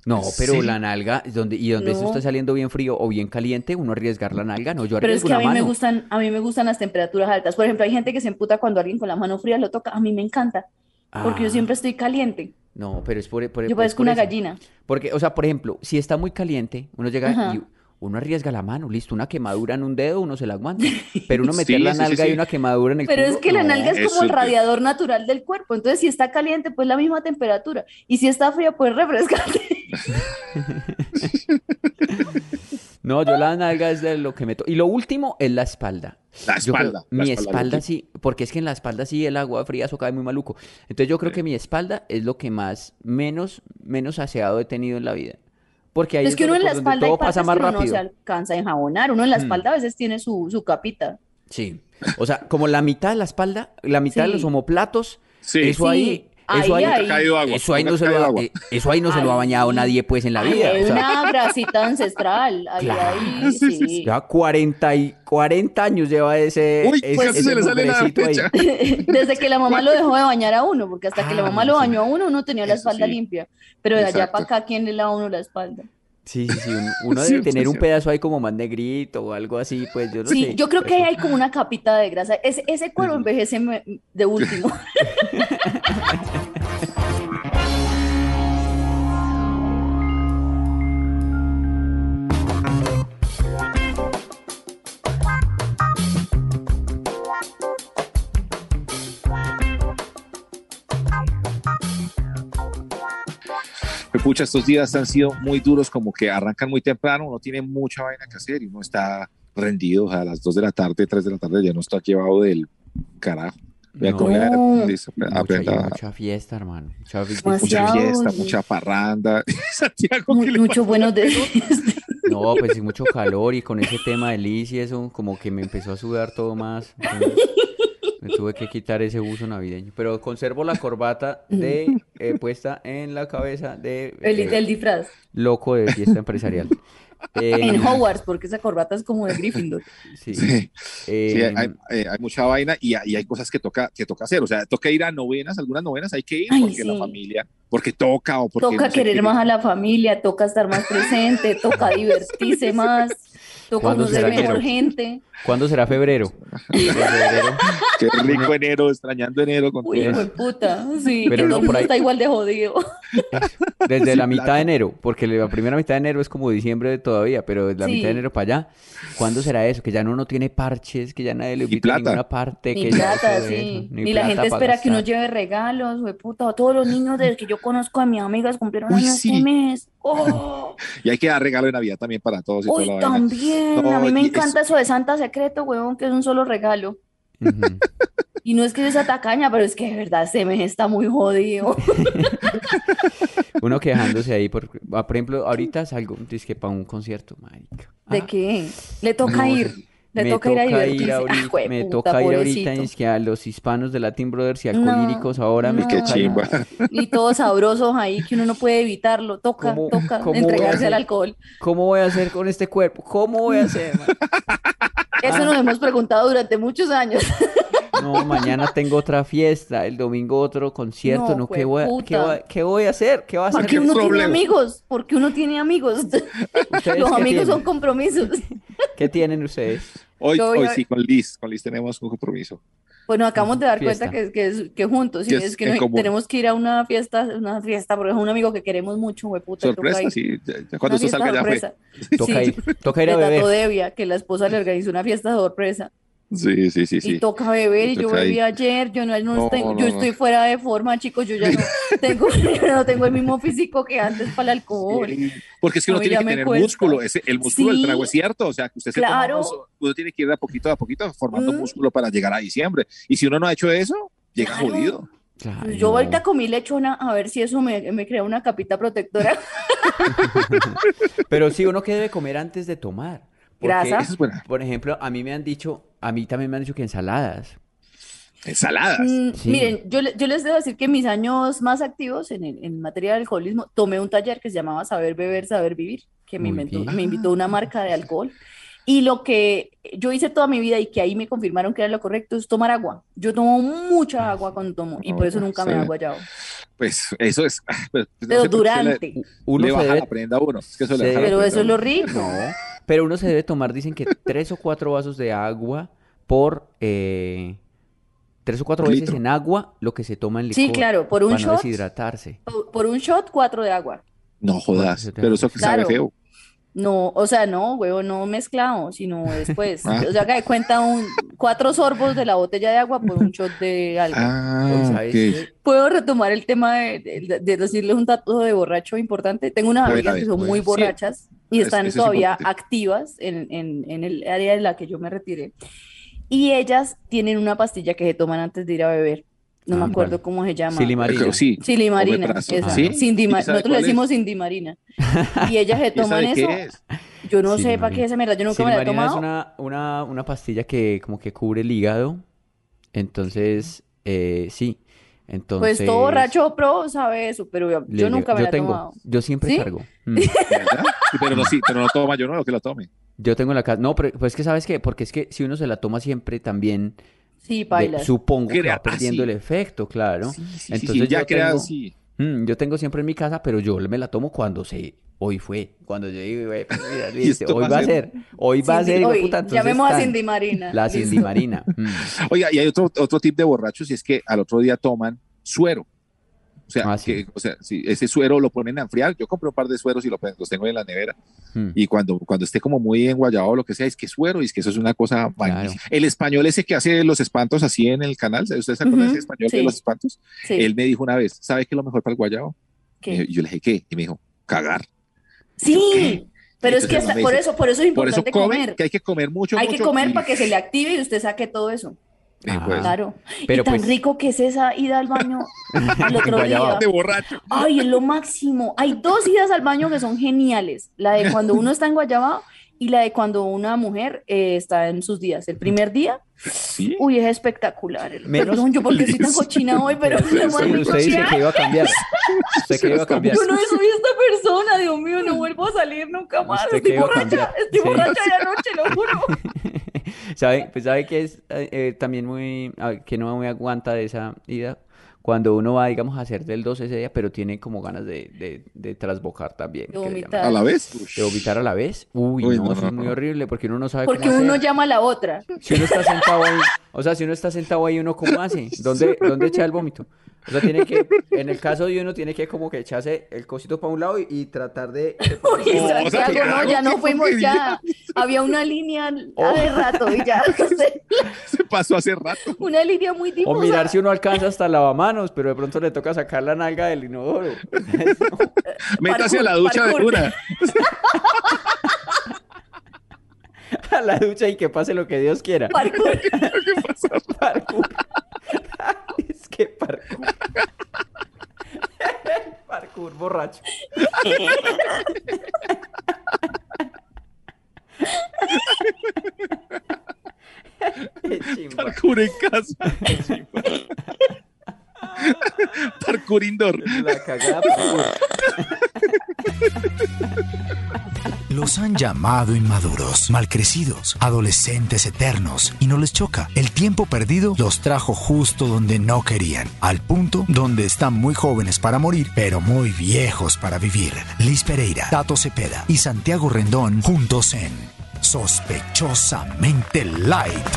[SPEAKER 2] No, pero
[SPEAKER 4] Sí.
[SPEAKER 2] la nalga, donde, y donde eso
[SPEAKER 3] No.
[SPEAKER 2] está saliendo bien frío o bien caliente, uno arriesgar la nalga, no, yo
[SPEAKER 3] Pero es
[SPEAKER 2] arriesgo
[SPEAKER 3] que a
[SPEAKER 2] la
[SPEAKER 3] mí me
[SPEAKER 2] mano.
[SPEAKER 3] gustan, a mí me gustan las temperaturas altas. Por ejemplo, hay gente que se emputa cuando alguien con las manos frías lo toca. A mí me encanta, porque
[SPEAKER 2] Ah,
[SPEAKER 3] yo siempre estoy caliente.
[SPEAKER 2] No, pero es por, por-
[SPEAKER 3] Yo
[SPEAKER 2] por- es
[SPEAKER 3] parezco
[SPEAKER 2] por
[SPEAKER 3] una
[SPEAKER 2] eso.
[SPEAKER 3] gallina.
[SPEAKER 2] Porque, o sea, por ejemplo, si está muy caliente, uno llega
[SPEAKER 3] Ajá.
[SPEAKER 2] y uno arriesga la mano, listo, una quemadura en un dedo, uno se la aguanta. Pero
[SPEAKER 4] *laughs*
[SPEAKER 2] uno
[SPEAKER 4] Sí,
[SPEAKER 2] meter la
[SPEAKER 4] sí, sí,
[SPEAKER 2] nalga y
[SPEAKER 4] sí.
[SPEAKER 2] una quemadura en el
[SPEAKER 3] Pero es
[SPEAKER 2] culo,
[SPEAKER 3] que la
[SPEAKER 2] no.
[SPEAKER 3] nalga es como
[SPEAKER 4] eso
[SPEAKER 3] el
[SPEAKER 4] te-
[SPEAKER 3] radiador natural del cuerpo. Entonces, si está caliente, pues la misma temperatura. Y si está fría, pues
[SPEAKER 2] *laughs*
[SPEAKER 3] refrescante.
[SPEAKER 2] No, yo la nalga es de lo que meto. Y lo último es la espalda.
[SPEAKER 4] La
[SPEAKER 2] Yo creo-
[SPEAKER 4] espalda. la
[SPEAKER 2] mi
[SPEAKER 4] espalda,
[SPEAKER 2] espalda
[SPEAKER 4] Luqui.
[SPEAKER 2] sí, porque es que en la espalda sí el agua fría eso cae muy maluco. Entonces yo creo que mi espalda es lo que más, menos, menos aseado he tenido en la vida. Porque ahí
[SPEAKER 3] Es que uno
[SPEAKER 2] donde-
[SPEAKER 3] en la
[SPEAKER 2] por donde
[SPEAKER 3] espalda hay
[SPEAKER 2] todo pasa
[SPEAKER 3] partes
[SPEAKER 2] más
[SPEAKER 3] que uno no
[SPEAKER 2] rápido. Hmm.
[SPEAKER 3] se alcanza a enjabonar. Uno en la espalda a veces tiene su, su capita.
[SPEAKER 2] Sí. O sea, como la mitad de la espalda, la mitad de los
[SPEAKER 3] Sí.
[SPEAKER 2] homoplatos,
[SPEAKER 4] Sí.
[SPEAKER 2] eso ahí,
[SPEAKER 3] Sí,
[SPEAKER 2] eso
[SPEAKER 3] ahí,
[SPEAKER 2] ahí,
[SPEAKER 4] Ha caído agua.
[SPEAKER 2] eso ahí
[SPEAKER 4] nunca
[SPEAKER 2] no
[SPEAKER 4] ha
[SPEAKER 2] se lo
[SPEAKER 4] caído
[SPEAKER 2] ha,
[SPEAKER 4] agua.
[SPEAKER 2] eh, eso ahí no se lo ha
[SPEAKER 3] Ahí.
[SPEAKER 2] bañado nadie pues en la
[SPEAKER 3] Ahí
[SPEAKER 2] vida.
[SPEAKER 3] hay
[SPEAKER 2] o sea,
[SPEAKER 3] una grasita ancestral. Ahí
[SPEAKER 2] Claro.
[SPEAKER 3] hay,
[SPEAKER 2] *laughs*
[SPEAKER 3] sí.
[SPEAKER 2] lleva 40 y 40 años lleva
[SPEAKER 3] Eh,
[SPEAKER 2] ese
[SPEAKER 4] Uy,
[SPEAKER 2] ese,
[SPEAKER 4] casi se le sale la
[SPEAKER 2] mugrecito ahí.
[SPEAKER 4] pecha.
[SPEAKER 3] Desde que la mamá lo dejó de bañar a uno, porque hasta que la
[SPEAKER 2] Ah,
[SPEAKER 3] mamá lo
[SPEAKER 2] sí.
[SPEAKER 3] bañó a uno, uno tenía la
[SPEAKER 4] Eso
[SPEAKER 3] espalda
[SPEAKER 4] sí.
[SPEAKER 3] limpia. Pero de allá
[SPEAKER 4] Exacto.
[SPEAKER 3] para acá, ¿quién le lava a uno la espalda?
[SPEAKER 2] Sí, sí,
[SPEAKER 4] *laughs*
[SPEAKER 2] sí. un- Uno
[SPEAKER 4] Sí,
[SPEAKER 2] debe tener
[SPEAKER 4] sí,
[SPEAKER 2] un
[SPEAKER 4] sí.
[SPEAKER 2] pedazo ahí como más negrito o algo así, pues yo no
[SPEAKER 3] Sí,
[SPEAKER 2] sé.
[SPEAKER 3] yo creo que ahí
[SPEAKER 2] Eso.
[SPEAKER 3] hay como una capita de grasa. Ese, ese cuero envejece me- de
[SPEAKER 2] *laughs*
[SPEAKER 3] último.
[SPEAKER 4] Pero, pucha, estos días han sido muy duros, como que arrancan muy temprano, uno tiene mucha vaina que hacer y uno está rendido o sea, a las 2 de la tarde, 3 de la tarde, ya no está llevado del carajo. Vea
[SPEAKER 2] No.
[SPEAKER 4] cómo era-
[SPEAKER 3] No.
[SPEAKER 4] dice,
[SPEAKER 2] Mucha-
[SPEAKER 4] aprenda-
[SPEAKER 2] mucha fiesta, hermano. Mucha fiesta.
[SPEAKER 3] Demasiado.
[SPEAKER 4] mucha fiesta,
[SPEAKER 3] y-
[SPEAKER 4] mucha parranda. *laughs* Santiago, ¿qué
[SPEAKER 3] Mu-
[SPEAKER 4] le
[SPEAKER 3] Muchos
[SPEAKER 4] pasa?
[SPEAKER 3] buenos de... *laughs* este,
[SPEAKER 2] No, pues sí, mucho calor y con ese tema de Liz y eso, como que me empezó a sudar todo más.
[SPEAKER 3] *laughs*
[SPEAKER 2] entonces Me tuve que quitar ese uso navideño. Pero conservo la corbata de eh, puesta en la cabeza de
[SPEAKER 3] el,
[SPEAKER 2] eh,
[SPEAKER 3] el disfraz.
[SPEAKER 2] loco de fiesta empresarial. Eh,
[SPEAKER 3] *laughs* En Hogwarts, porque esa corbata es como de
[SPEAKER 2] *laughs*
[SPEAKER 3] Gryffindor.
[SPEAKER 2] sí,
[SPEAKER 4] Sí. Sí,
[SPEAKER 2] eh,
[SPEAKER 4] hay,
[SPEAKER 3] Em,
[SPEAKER 4] hay- eh, hay mucha vaina y, hay- y hay cosas que toca, que toca hacer. O sea, toca ir a novenas, algunas novenas hay que ir
[SPEAKER 3] Ay,
[SPEAKER 4] porque la
[SPEAKER 3] sí.
[SPEAKER 4] familia, porque toca o porque.
[SPEAKER 3] Toca
[SPEAKER 4] no sé
[SPEAKER 3] querer
[SPEAKER 4] qué.
[SPEAKER 3] más a la familia, toca estar más presente, toca
[SPEAKER 2] *laughs*
[SPEAKER 3] divertirse más, toca
[SPEAKER 2] ¿Cuándo
[SPEAKER 3] conocer
[SPEAKER 2] será que
[SPEAKER 3] mejor
[SPEAKER 2] lo-
[SPEAKER 3] gente.
[SPEAKER 2] ¿Cuándo será febrero?
[SPEAKER 4] *laughs*
[SPEAKER 2] Febrero.
[SPEAKER 4] Qué rico enero, extrañando enero con
[SPEAKER 3] Uy,
[SPEAKER 4] todo.
[SPEAKER 2] Yes.
[SPEAKER 3] hijo de puta, sí,
[SPEAKER 2] Pero
[SPEAKER 3] que
[SPEAKER 2] no,
[SPEAKER 3] todo el
[SPEAKER 2] por
[SPEAKER 3] mundo
[SPEAKER 2] ahí-
[SPEAKER 3] está igual de jodido.
[SPEAKER 2] Desde
[SPEAKER 4] Sí,
[SPEAKER 2] la mitad
[SPEAKER 4] claro.
[SPEAKER 2] de enero, porque la primera mitad de enero es como diciembre todavía, pero desde la
[SPEAKER 3] Sí.
[SPEAKER 2] mitad de enero para allá, ¿cuándo será eso? Que ya no uno tiene parches, que ya nadie le
[SPEAKER 4] Ni
[SPEAKER 2] invita a
[SPEAKER 4] plata.
[SPEAKER 2] ninguna parte,
[SPEAKER 3] Ni
[SPEAKER 2] que ya
[SPEAKER 3] plata,
[SPEAKER 2] eso, eso,
[SPEAKER 3] sí.
[SPEAKER 2] ni
[SPEAKER 3] Ni la
[SPEAKER 2] plata
[SPEAKER 3] gente
[SPEAKER 2] pa'
[SPEAKER 3] espera que uno
[SPEAKER 2] gastar.
[SPEAKER 3] lleve regalos, güey, puta. Todos los niños desde que yo conozco a mis amigas cumplieron
[SPEAKER 4] Uy,
[SPEAKER 3] años este
[SPEAKER 4] sí.
[SPEAKER 3] mes.
[SPEAKER 4] *laughs*
[SPEAKER 3] ¡Oh!
[SPEAKER 4] Y hay que dar regalo de Navidad también para todos y toda
[SPEAKER 3] ¡Uy,
[SPEAKER 4] la vaina.
[SPEAKER 3] también! A
[SPEAKER 4] No,
[SPEAKER 3] mí me
[SPEAKER 4] y
[SPEAKER 3] encanta eso de Santa Secreto, huevón, que es un solo regalo.
[SPEAKER 2] Ujú.
[SPEAKER 3] Y no es que yo sea tacaña, pero es que de verdad este mes está muy
[SPEAKER 2] *laughs*
[SPEAKER 3] jodido.
[SPEAKER 2] Uno quejándose ahí, por, ah, por ejemplo, ahorita salgo, dice que para un concierto, marica.
[SPEAKER 3] ¿De
[SPEAKER 2] Ah,
[SPEAKER 3] qué? Le toca
[SPEAKER 2] no,
[SPEAKER 3] ir. Le
[SPEAKER 2] me
[SPEAKER 3] toca ir a divertirse. Ah,
[SPEAKER 2] ahorita,
[SPEAKER 3] jue
[SPEAKER 2] me
[SPEAKER 3] puta,
[SPEAKER 2] toca ir ahorita,
[SPEAKER 3] pobrecito.
[SPEAKER 2] es que a los hispanos de Latin Brothers y
[SPEAKER 3] No,
[SPEAKER 2] alcohólicos ahora me
[SPEAKER 3] no.
[SPEAKER 4] Qué
[SPEAKER 2] toca ir.
[SPEAKER 4] chimba.
[SPEAKER 3] Y todos sabrosos ahí que uno no puede evitarlo. Toca,
[SPEAKER 2] ¿Cómo-
[SPEAKER 3] toca
[SPEAKER 2] cómo
[SPEAKER 3] entregarse
[SPEAKER 2] hace?
[SPEAKER 3] al alcohol.
[SPEAKER 2] ¿Cómo voy a hacer con este cuerpo? ¿Cómo voy a hacer? man?
[SPEAKER 3] Eso nos hemos preguntado durante
[SPEAKER 4] *laughs*
[SPEAKER 3] muchos años.
[SPEAKER 2] No, mañana tengo otra fiesta, el domingo otro concierto,
[SPEAKER 3] No,
[SPEAKER 2] no, ¿qué voy, a, qué,
[SPEAKER 3] jueputa.
[SPEAKER 2] voy a- qué voy a hacer? ¿Qué va a hacer?
[SPEAKER 3] Porque uno tiene
[SPEAKER 4] problema?
[SPEAKER 3] amigos, porque uno tiene amigos.
[SPEAKER 2] ¿Ustedes
[SPEAKER 3] *laughs* Los
[SPEAKER 2] qué
[SPEAKER 3] amigos son
[SPEAKER 2] tienen?
[SPEAKER 3] compromisos. *laughs*
[SPEAKER 2] ¿Qué tienen ustedes?
[SPEAKER 4] Hoy,
[SPEAKER 3] Yo voy
[SPEAKER 4] hoy
[SPEAKER 3] a-
[SPEAKER 4] sí, con Liz, con Liz tenemos un compromiso.
[SPEAKER 3] Bueno, acabamos de dar
[SPEAKER 2] Fiesta.
[SPEAKER 3] cuenta que, que, es- que juntos, y
[SPEAKER 4] Que
[SPEAKER 3] es
[SPEAKER 4] es
[SPEAKER 3] que
[SPEAKER 4] en
[SPEAKER 3] no-
[SPEAKER 4] común.
[SPEAKER 3] tenemos que ir a una fiesta, una fiesta, porque es un amigo que queremos mucho, hueputa, y toca
[SPEAKER 4] Sorpresa, sí.
[SPEAKER 3] ir.
[SPEAKER 4] ya- ya
[SPEAKER 3] Una
[SPEAKER 4] Cuando usted
[SPEAKER 3] fiesta
[SPEAKER 4] salga ya fue.
[SPEAKER 3] sorpresa.
[SPEAKER 2] Toca
[SPEAKER 3] *laughs* Sí. *laughs*
[SPEAKER 2] ir, toca ir
[SPEAKER 3] De
[SPEAKER 2] a
[SPEAKER 3] Tato
[SPEAKER 2] beber.
[SPEAKER 3] Devia, que la esposa le organizó una fiesta sorpresa.
[SPEAKER 4] Sí, sí, sí,
[SPEAKER 3] Y
[SPEAKER 4] sí.
[SPEAKER 3] toca beber, y yo
[SPEAKER 4] Toca
[SPEAKER 3] bebí
[SPEAKER 4] ir.
[SPEAKER 3] ayer, yo no, no
[SPEAKER 4] No,
[SPEAKER 3] tengo-
[SPEAKER 4] no,
[SPEAKER 3] yo
[SPEAKER 4] no.
[SPEAKER 3] estoy fuera de forma, chicos, yo
[SPEAKER 4] *laughs*
[SPEAKER 3] ya no tengo, *laughs* yo no tengo el mismo físico que antes para el alcohol.
[SPEAKER 4] Porque es que
[SPEAKER 3] No,
[SPEAKER 4] uno tiene
[SPEAKER 3] ya
[SPEAKER 4] que
[SPEAKER 3] me
[SPEAKER 4] tener
[SPEAKER 3] cuesta.
[SPEAKER 4] músculo, ese- el músculo
[SPEAKER 3] Sí.
[SPEAKER 4] del trago es cierto, o sea, que usted se toma
[SPEAKER 3] Claro.
[SPEAKER 4] eso, uno tiene que ir de a poquito a poquito formando
[SPEAKER 3] Mm.
[SPEAKER 4] músculo para llegar a diciembre. Y si uno no ha hecho eso, llega
[SPEAKER 3] Claro.
[SPEAKER 4] jodido.
[SPEAKER 2] Claro.
[SPEAKER 3] Yo ahorita comí lechona a ver si eso me, me crea una capita protectora.
[SPEAKER 2] Pero sí, uno que debe comer antes de tomar. Porque,
[SPEAKER 3] Grasa.
[SPEAKER 4] Esa es buena.
[SPEAKER 2] Por ejemplo, a mí me han dicho, a mí también me han dicho que ensaladas.
[SPEAKER 4] Ensaladas.
[SPEAKER 3] Mm,
[SPEAKER 2] Sí.
[SPEAKER 3] Miren, yo, le- yo les debo decir que mis años más activos en, el- en materia de alcoholismo, tomé un taller que se llamaba Saber Beber, Saber Vivir, que me,
[SPEAKER 2] Muy
[SPEAKER 3] inventó-
[SPEAKER 2] bien.
[SPEAKER 3] me invitó una marca de alcohol. Y lo que yo hice toda mi vida y que ahí me confirmaron que era lo correcto es tomar agua. Yo tomo mucha agua cuando tomo y por eso
[SPEAKER 4] Agua,
[SPEAKER 3] nunca me
[SPEAKER 4] sí.
[SPEAKER 3] he aguayado.
[SPEAKER 4] Pues eso es. *laughs* Pero, no sé por qué
[SPEAKER 3] Desodorante,
[SPEAKER 2] U-
[SPEAKER 4] Le,
[SPEAKER 2] Uno
[SPEAKER 4] le
[SPEAKER 2] se
[SPEAKER 4] baja la
[SPEAKER 2] debe...
[SPEAKER 4] prenda a uno. Es que eso
[SPEAKER 2] se-
[SPEAKER 4] le baja la
[SPEAKER 3] pero
[SPEAKER 4] prenda
[SPEAKER 3] eso
[SPEAKER 4] a
[SPEAKER 3] es lo
[SPEAKER 4] uno.
[SPEAKER 3] rico.
[SPEAKER 2] No, pero uno se debe tomar, dicen que tres o cuatro vasos de agua por... eh, tres o cuatro veces
[SPEAKER 4] Litro.
[SPEAKER 2] en agua lo que se toma en
[SPEAKER 3] Sí,
[SPEAKER 2] licor
[SPEAKER 3] claro, por un
[SPEAKER 2] para no
[SPEAKER 3] shot,
[SPEAKER 2] deshidratarse.
[SPEAKER 3] por- por un shot, cuatro de agua.
[SPEAKER 4] No jodas.
[SPEAKER 2] Bueno,
[SPEAKER 4] Pero eso que sabe
[SPEAKER 3] claro.
[SPEAKER 4] feo.
[SPEAKER 3] No, o sea, no, huevo, no mezclado, sino después.
[SPEAKER 4] *laughs* Ah.
[SPEAKER 3] O sea, que de cuenta un, cuatro sorbos de la botella de agua por un shot de alcohol.
[SPEAKER 4] Ah,
[SPEAKER 2] Pues, ¿sabes
[SPEAKER 4] ok.
[SPEAKER 2] qué?
[SPEAKER 3] Puedo retomar el tema de, de- de decirles un dato de borracho importante. Tengo unas
[SPEAKER 4] Bueno,
[SPEAKER 3] amigas
[SPEAKER 4] a ver,
[SPEAKER 3] que son
[SPEAKER 4] bueno.
[SPEAKER 3] muy
[SPEAKER 4] Sí.
[SPEAKER 3] borrachas y
[SPEAKER 4] Es-
[SPEAKER 3] están
[SPEAKER 4] eso es
[SPEAKER 3] todavía
[SPEAKER 4] importante.
[SPEAKER 3] activas en, en- en el área en la que yo me retiré. Y ellas tienen una pastilla que se toman antes de ir a beber. No me
[SPEAKER 2] Ah,
[SPEAKER 3] acuerdo
[SPEAKER 2] ¿cuál?
[SPEAKER 3] cómo se llama.
[SPEAKER 2] Silimarina.
[SPEAKER 4] Creo- Sí.
[SPEAKER 3] Silimarina,
[SPEAKER 4] Omeprazol.
[SPEAKER 3] esa.
[SPEAKER 2] Ah,
[SPEAKER 4] ¿sí?
[SPEAKER 3] Sindima-
[SPEAKER 4] ¿Y sabe
[SPEAKER 3] Nosotros le
[SPEAKER 4] cuál es? *laughs*
[SPEAKER 3] decimos sindimarina. Y ellas se
[SPEAKER 4] ¿Y esa
[SPEAKER 3] toman
[SPEAKER 4] de qué
[SPEAKER 3] eso.
[SPEAKER 4] es?
[SPEAKER 3] Yo no sé
[SPEAKER 2] Silimarina.
[SPEAKER 3] para qué esa mierda, yo nunca me la he
[SPEAKER 2] Silimarina es
[SPEAKER 3] tomado.
[SPEAKER 2] una, una, una pastilla que como que cubre el hígado. Entonces, eh, sí.
[SPEAKER 3] Pues
[SPEAKER 2] Entonces,
[SPEAKER 3] todo borracho pro sabe eso, pero yo,
[SPEAKER 2] le
[SPEAKER 3] yo
[SPEAKER 2] llega-
[SPEAKER 3] nunca me
[SPEAKER 2] yo
[SPEAKER 3] la he
[SPEAKER 2] tengo,
[SPEAKER 3] tomado.
[SPEAKER 2] yo siempre
[SPEAKER 3] ¿Sí?
[SPEAKER 2] cargo. Mm.
[SPEAKER 4] ¿Verdad? Sí, Pero no, sí, pero no toma, yo no lo que lo tome.
[SPEAKER 2] Yo tengo en la casa. No, pero pues es que sabes qué, porque es que si uno se la toma siempre también,
[SPEAKER 3] Sí,
[SPEAKER 2] de-
[SPEAKER 3] bailas.
[SPEAKER 2] supongo que
[SPEAKER 4] Crea-
[SPEAKER 2] va perdiendo
[SPEAKER 4] ah, sí.
[SPEAKER 2] el efecto, claro.
[SPEAKER 4] Sí, sí, sí,
[SPEAKER 2] Entonces
[SPEAKER 4] sí, ya
[SPEAKER 2] yo
[SPEAKER 4] queda
[SPEAKER 2] tengo-
[SPEAKER 4] así.
[SPEAKER 2] Mm, yo tengo siempre en mi casa, pero yo me la tomo cuando sé. Hoy fue, cuando yo digo, "Güey, pues, mira,
[SPEAKER 4] *laughs* Y esto
[SPEAKER 2] listo, hoy
[SPEAKER 4] va a
[SPEAKER 2] va a
[SPEAKER 4] ser-
[SPEAKER 2] ser, hoy va a
[SPEAKER 3] Cindy-
[SPEAKER 2] ser, hijo de
[SPEAKER 3] Oye,
[SPEAKER 2] puta, entonces
[SPEAKER 3] llamemos a
[SPEAKER 2] tan".
[SPEAKER 3] Cindy Marina.
[SPEAKER 2] La
[SPEAKER 3] listo.
[SPEAKER 2] Cindy Marina.
[SPEAKER 4] *laughs*
[SPEAKER 2] mm.
[SPEAKER 4] Oiga, y hay otro, otro tip de borrachos y es que al otro día toman suero. O sea,
[SPEAKER 2] Ah, sí.
[SPEAKER 4] que, o sea, si ese suero lo ponen a enfriar, yo compré un par de sueros y lo- los tengo en la nevera.
[SPEAKER 2] Mm.
[SPEAKER 4] Y cuando, cuando esté como muy enguayado o lo que sea, es que suero y es que eso es una cosa magnífica. El español ese que hace los espantos así en el canal, ¿usted se acuerda de
[SPEAKER 3] Ujú,
[SPEAKER 4] ese español
[SPEAKER 3] sí.
[SPEAKER 4] de los espantos?
[SPEAKER 3] Sí,
[SPEAKER 4] Él me dijo una vez, ¿sabe qué es lo mejor para el guayabo?
[SPEAKER 3] ¿qué?
[SPEAKER 4] Y yo- y yo le dije, ¿qué? Y me dijo, cagar.
[SPEAKER 3] Sí, pero es
[SPEAKER 4] Entonces,
[SPEAKER 3] que hasta-
[SPEAKER 4] me
[SPEAKER 3] por
[SPEAKER 4] dice,
[SPEAKER 3] eso, por eso es
[SPEAKER 4] Por eso
[SPEAKER 3] importante
[SPEAKER 4] comen,
[SPEAKER 3] comer.
[SPEAKER 4] que hay que comer mucho, *laughs*
[SPEAKER 3] Hay que
[SPEAKER 4] mucho,
[SPEAKER 3] comer
[SPEAKER 4] y-
[SPEAKER 3] para que se le active y usted saque todo eso.
[SPEAKER 4] Eh,
[SPEAKER 2] Ah.
[SPEAKER 4] pues,
[SPEAKER 3] Claro.
[SPEAKER 2] Pero
[SPEAKER 3] y tan
[SPEAKER 2] pues-
[SPEAKER 3] rico que es esa ida al
[SPEAKER 2] *laughs*
[SPEAKER 3] baño al otro
[SPEAKER 2] Guayabao.
[SPEAKER 3] día.
[SPEAKER 4] de borracho.
[SPEAKER 3] Ay, es lo máximo. Hay dos idas al baño que son geniales. La de cuando uno está en Guayabao y la de cuando una mujer eh, está en sus días. El primer día,
[SPEAKER 4] Sí.
[SPEAKER 3] uy, es espectacular. El-
[SPEAKER 2] Menos-
[SPEAKER 3] Perdón, yo porque soy tan cochina hoy, pero
[SPEAKER 4] Pero
[SPEAKER 3] es lo más
[SPEAKER 2] Oye,
[SPEAKER 3] rico
[SPEAKER 2] *laughs* usted
[SPEAKER 3] que
[SPEAKER 2] dice que
[SPEAKER 3] hay.
[SPEAKER 2] iba a *laughs* cambiar. Usted que iba a cambiar.
[SPEAKER 3] Yo no soy esta persona, Dios mío, no vuelvo a salir nunca más.
[SPEAKER 2] Usted
[SPEAKER 3] Estoy
[SPEAKER 2] que iba a
[SPEAKER 3] borracha,
[SPEAKER 2] cambiar.
[SPEAKER 3] estoy
[SPEAKER 2] Sí.
[SPEAKER 3] borracha de anoche, lo
[SPEAKER 2] *laughs*
[SPEAKER 3] juro.
[SPEAKER 2] ¿Sabe? Pues sabe que es eh, eh, también muy, a- que no me aguanta de esa ida. Cuando uno va, digamos, a hacer del 12 ese día, pero tiene como ganas de, de, de trasbocar también. que le llaman.
[SPEAKER 3] vomitar.
[SPEAKER 4] A la vez.
[SPEAKER 2] De vomitar a la vez. Uy,
[SPEAKER 4] Uy,
[SPEAKER 2] no,
[SPEAKER 4] no,
[SPEAKER 2] eso
[SPEAKER 4] no,
[SPEAKER 2] es muy
[SPEAKER 4] no.
[SPEAKER 2] horrible porque uno no sabe
[SPEAKER 3] Porque
[SPEAKER 2] cómo
[SPEAKER 3] uno
[SPEAKER 2] hacer.
[SPEAKER 3] llama a la
[SPEAKER 2] *laughs*
[SPEAKER 3] otra.
[SPEAKER 2] Si uno está sentado ahí, o sea, si uno está sentado ahí, uno cómo hace, ¿dónde, dónde echa el vómito? O sea, tiene que, en el caso de uno, tiene que como que echarse el cosito para un lado y, y tratar de...
[SPEAKER 3] Uy,
[SPEAKER 4] No,
[SPEAKER 3] Santiago, no,
[SPEAKER 4] Santiago,
[SPEAKER 3] ya no
[SPEAKER 4] qué
[SPEAKER 3] fuimos, ya. Había una línea
[SPEAKER 2] Oh.
[SPEAKER 3] hace rato y ya, no sé,
[SPEAKER 4] *laughs* Se pasó hace rato.
[SPEAKER 3] una línea muy
[SPEAKER 2] O
[SPEAKER 3] difusa.
[SPEAKER 2] mirar si uno alcanza hasta el lavamanos, pero de pronto le toca sacar la nalga del inodoro. *laughs*
[SPEAKER 4] Métase a la ducha de
[SPEAKER 3] parkour. *laughs*
[SPEAKER 4] una.
[SPEAKER 2] A la ducha y que pase lo que Dios
[SPEAKER 3] *laughs*
[SPEAKER 2] quiera.
[SPEAKER 3] Parkour.
[SPEAKER 2] Parkour. *laughs* Es que parkour. *laughs* Parkour borracho. *laughs* Qué chimba.
[SPEAKER 4] Parkour en casa. *laughs* Parkour indoor.
[SPEAKER 2] La cagada parkour.
[SPEAKER 5] Los han llamado inmaduros, malcrecidos, adolescentes eternos, y no les choca. El tiempo perdido los trajo justo donde no querían, al punto donde están muy jóvenes para morir, pero muy viejos para vivir. Liz Pereira, Tato Cepeda y Santiago Rendón juntos en Sospechosamente Light.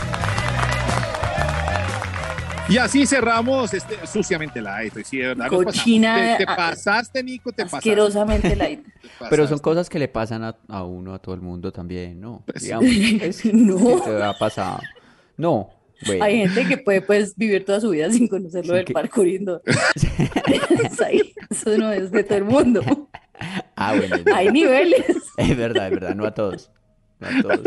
[SPEAKER 4] Y así cerramos este, suciamente la esto. Sí, de verdad, nos pasamos.
[SPEAKER 3] Cochina,
[SPEAKER 4] Te, te
[SPEAKER 3] ah,
[SPEAKER 4] pasaste, Nico, te pasaste.
[SPEAKER 3] Asquerosamente la
[SPEAKER 4] te pasaste.
[SPEAKER 2] Pero son cosas que le pasan a, a uno, a todo el mundo también, ¿no?
[SPEAKER 4] Pues sí.
[SPEAKER 2] Digamos, es-
[SPEAKER 3] No.
[SPEAKER 2] que te ha pasado. No. Bueno.
[SPEAKER 3] Hay gente que puede pues vivir toda su vida sin conocer lo
[SPEAKER 2] Sí,
[SPEAKER 3] del
[SPEAKER 2] que-
[SPEAKER 3] parkour
[SPEAKER 2] *laughs*
[SPEAKER 3] indoor. *laughs* Es ahí, Eso no es de todo el mundo.
[SPEAKER 2] Ah, bueno. es verdad.
[SPEAKER 3] Hay
[SPEAKER 2] *laughs*
[SPEAKER 3] niveles.
[SPEAKER 2] Es verdad, es verdad, no a todos. No a todos.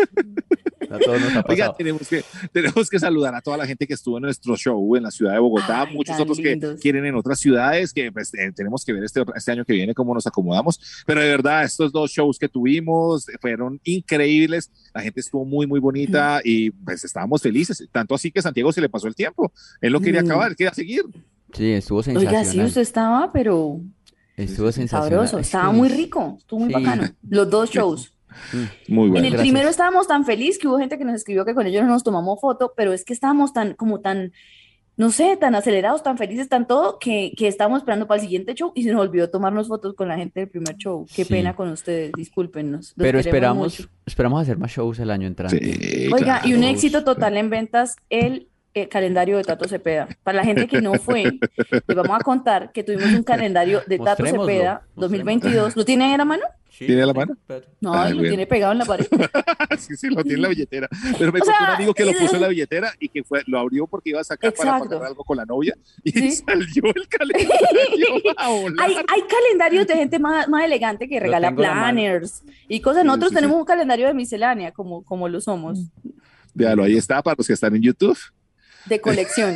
[SPEAKER 2] No a todos nos ha
[SPEAKER 4] Oiga,
[SPEAKER 2] pasado.
[SPEAKER 4] tenemos que, tenemos que saludar a toda la gente que estuvo en nuestro show en la ciudad de Bogotá,
[SPEAKER 3] Ay,
[SPEAKER 4] muchos
[SPEAKER 3] tan
[SPEAKER 4] otros
[SPEAKER 3] lindos.
[SPEAKER 4] que quieren en otras ciudades, que pues, eh, tenemos que ver este, otro- este año que viene cómo nos acomodamos. Pero de verdad, estos dos shows que tuvimos fueron increíbles. La gente estuvo muy, muy bonita y pues estábamos felices. Tanto así que Santiago se le pasó el tiempo. Él no quería
[SPEAKER 3] Mm.
[SPEAKER 4] acabar, él quería seguir.
[SPEAKER 2] Sí, estuvo sensacional.
[SPEAKER 3] Oiga, sí, usted estaba, pero
[SPEAKER 2] Estuvo sensacional.
[SPEAKER 3] sabroso.
[SPEAKER 2] Es
[SPEAKER 3] Estaba
[SPEAKER 2] que-
[SPEAKER 3] muy rico. Estuvo muy
[SPEAKER 2] Sí.
[SPEAKER 3] bacano. Los dos shows.
[SPEAKER 4] Muy
[SPEAKER 3] En
[SPEAKER 4] bueno.
[SPEAKER 3] el
[SPEAKER 2] gracias.
[SPEAKER 3] primero estábamos tan feliz que hubo gente que nos escribió que con ellos no nos tomamos foto, pero es que estábamos tan, como tan, no sé, tan acelerados, tan felices, tan todo, que, que estábamos esperando para el siguiente show y se nos olvidó tomarnos fotos con la gente del primer show. Qué
[SPEAKER 2] Sí.
[SPEAKER 3] pena con ustedes, discúlpenos. los
[SPEAKER 2] Pero
[SPEAKER 3] queremos
[SPEAKER 2] esperamos,
[SPEAKER 3] mucho.
[SPEAKER 2] esperamos hacer más shows el año entrante.
[SPEAKER 4] Sí,
[SPEAKER 3] Oiga, y un
[SPEAKER 2] claro.
[SPEAKER 3] éxito total en ventas, el, eh, calendario de Tato Cepeda. Para la gente que no fue, les vamos a contar que tuvimos un calendario de Tato
[SPEAKER 2] Mostrémoslo,
[SPEAKER 3] Cepeda
[SPEAKER 2] mostrémoslo.
[SPEAKER 3] 2022. ¿Lo tiene ahí en la mano?
[SPEAKER 2] Sí,
[SPEAKER 4] ¿Tiene la mano?
[SPEAKER 2] espérate.
[SPEAKER 3] No,
[SPEAKER 4] Ay,
[SPEAKER 3] lo
[SPEAKER 4] bien.
[SPEAKER 3] tiene pegado en
[SPEAKER 4] *laughs*
[SPEAKER 3] la pared.
[SPEAKER 4] sí, sí, lo tiene en la billetera. Pero me
[SPEAKER 3] O
[SPEAKER 4] contó un
[SPEAKER 3] sea,
[SPEAKER 4] amigo que lo
[SPEAKER 3] eh,
[SPEAKER 4] puso en la billetera y que fue, lo abrió porque iba a sacar para
[SPEAKER 3] Exacto.
[SPEAKER 4] pagar algo con la novia y *laughs*
[SPEAKER 3] Sí.
[SPEAKER 4] salió el
[SPEAKER 3] *laughs*
[SPEAKER 4] calendario a volar.
[SPEAKER 3] Hay, hay calendarios de gente más, más elegante que
[SPEAKER 2] Lo
[SPEAKER 3] regala
[SPEAKER 2] tengo en la mano.
[SPEAKER 3] planners y cosas.
[SPEAKER 4] Sí,
[SPEAKER 3] Nosotros
[SPEAKER 4] sí,
[SPEAKER 3] tenemos un calendario de miscelánea, como, como lo somos,
[SPEAKER 4] Véalo, ahí está para los que están en YouTube
[SPEAKER 3] de colección.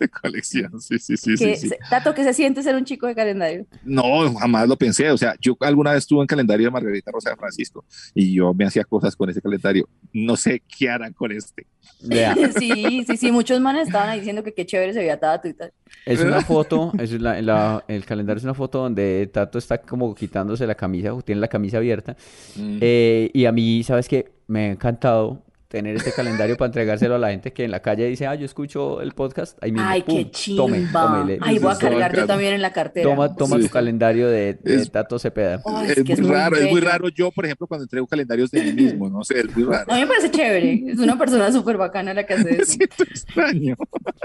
[SPEAKER 4] de colección. Sí, sí, *laughs* sí, sí,
[SPEAKER 3] que
[SPEAKER 4] sí.
[SPEAKER 3] se- Tato, que se siente ser un chico de calendario.
[SPEAKER 4] No, jamás lo pensé. O sea, yo alguna vez estuve en calendario de Margarita Rosa de Francisco y yo me hacía cosas con ese calendario. No sé qué harán con este.
[SPEAKER 2] Vea,
[SPEAKER 3] *laughs* Sí, sí, sí, muchos manes estaban ahí diciendo que qué chévere se veía Tato y tal.
[SPEAKER 2] es una foto, es la- la- el calendario es una foto donde Tato está como quitándose la camisa, o tiene la camisa abierta.
[SPEAKER 4] Mm.
[SPEAKER 2] Eh, y a mí, ¿sabes qué? Me ha encantado tener este calendario para entregárselo a la gente que en la calle dice, ah, yo escucho el podcast. Ahí mismo,
[SPEAKER 3] Ay,
[SPEAKER 2] pum,
[SPEAKER 3] qué
[SPEAKER 2] tome,
[SPEAKER 3] chimba.
[SPEAKER 2] tómele.
[SPEAKER 3] Ay, voy
[SPEAKER 4] Eso
[SPEAKER 3] a
[SPEAKER 4] es
[SPEAKER 3] cargar yo
[SPEAKER 4] bacano.
[SPEAKER 3] también en la cartera.
[SPEAKER 2] Toma, toma
[SPEAKER 4] Sí.
[SPEAKER 2] tu calendario de, de
[SPEAKER 4] Es-
[SPEAKER 2] Tato Cepeda.
[SPEAKER 3] Ay,
[SPEAKER 4] es,
[SPEAKER 3] es que es
[SPEAKER 4] muy
[SPEAKER 3] muy
[SPEAKER 4] raro, es muy
[SPEAKER 3] bello.
[SPEAKER 4] raro. Yo, por ejemplo, cuando entrego calendarios de mí mismo, no sé, es muy raro.
[SPEAKER 3] A mí me parece chévere. Es una persona súper bacana la que
[SPEAKER 4] *laughs*
[SPEAKER 3] hace
[SPEAKER 4] Me
[SPEAKER 3] eso.
[SPEAKER 4] siento extraño.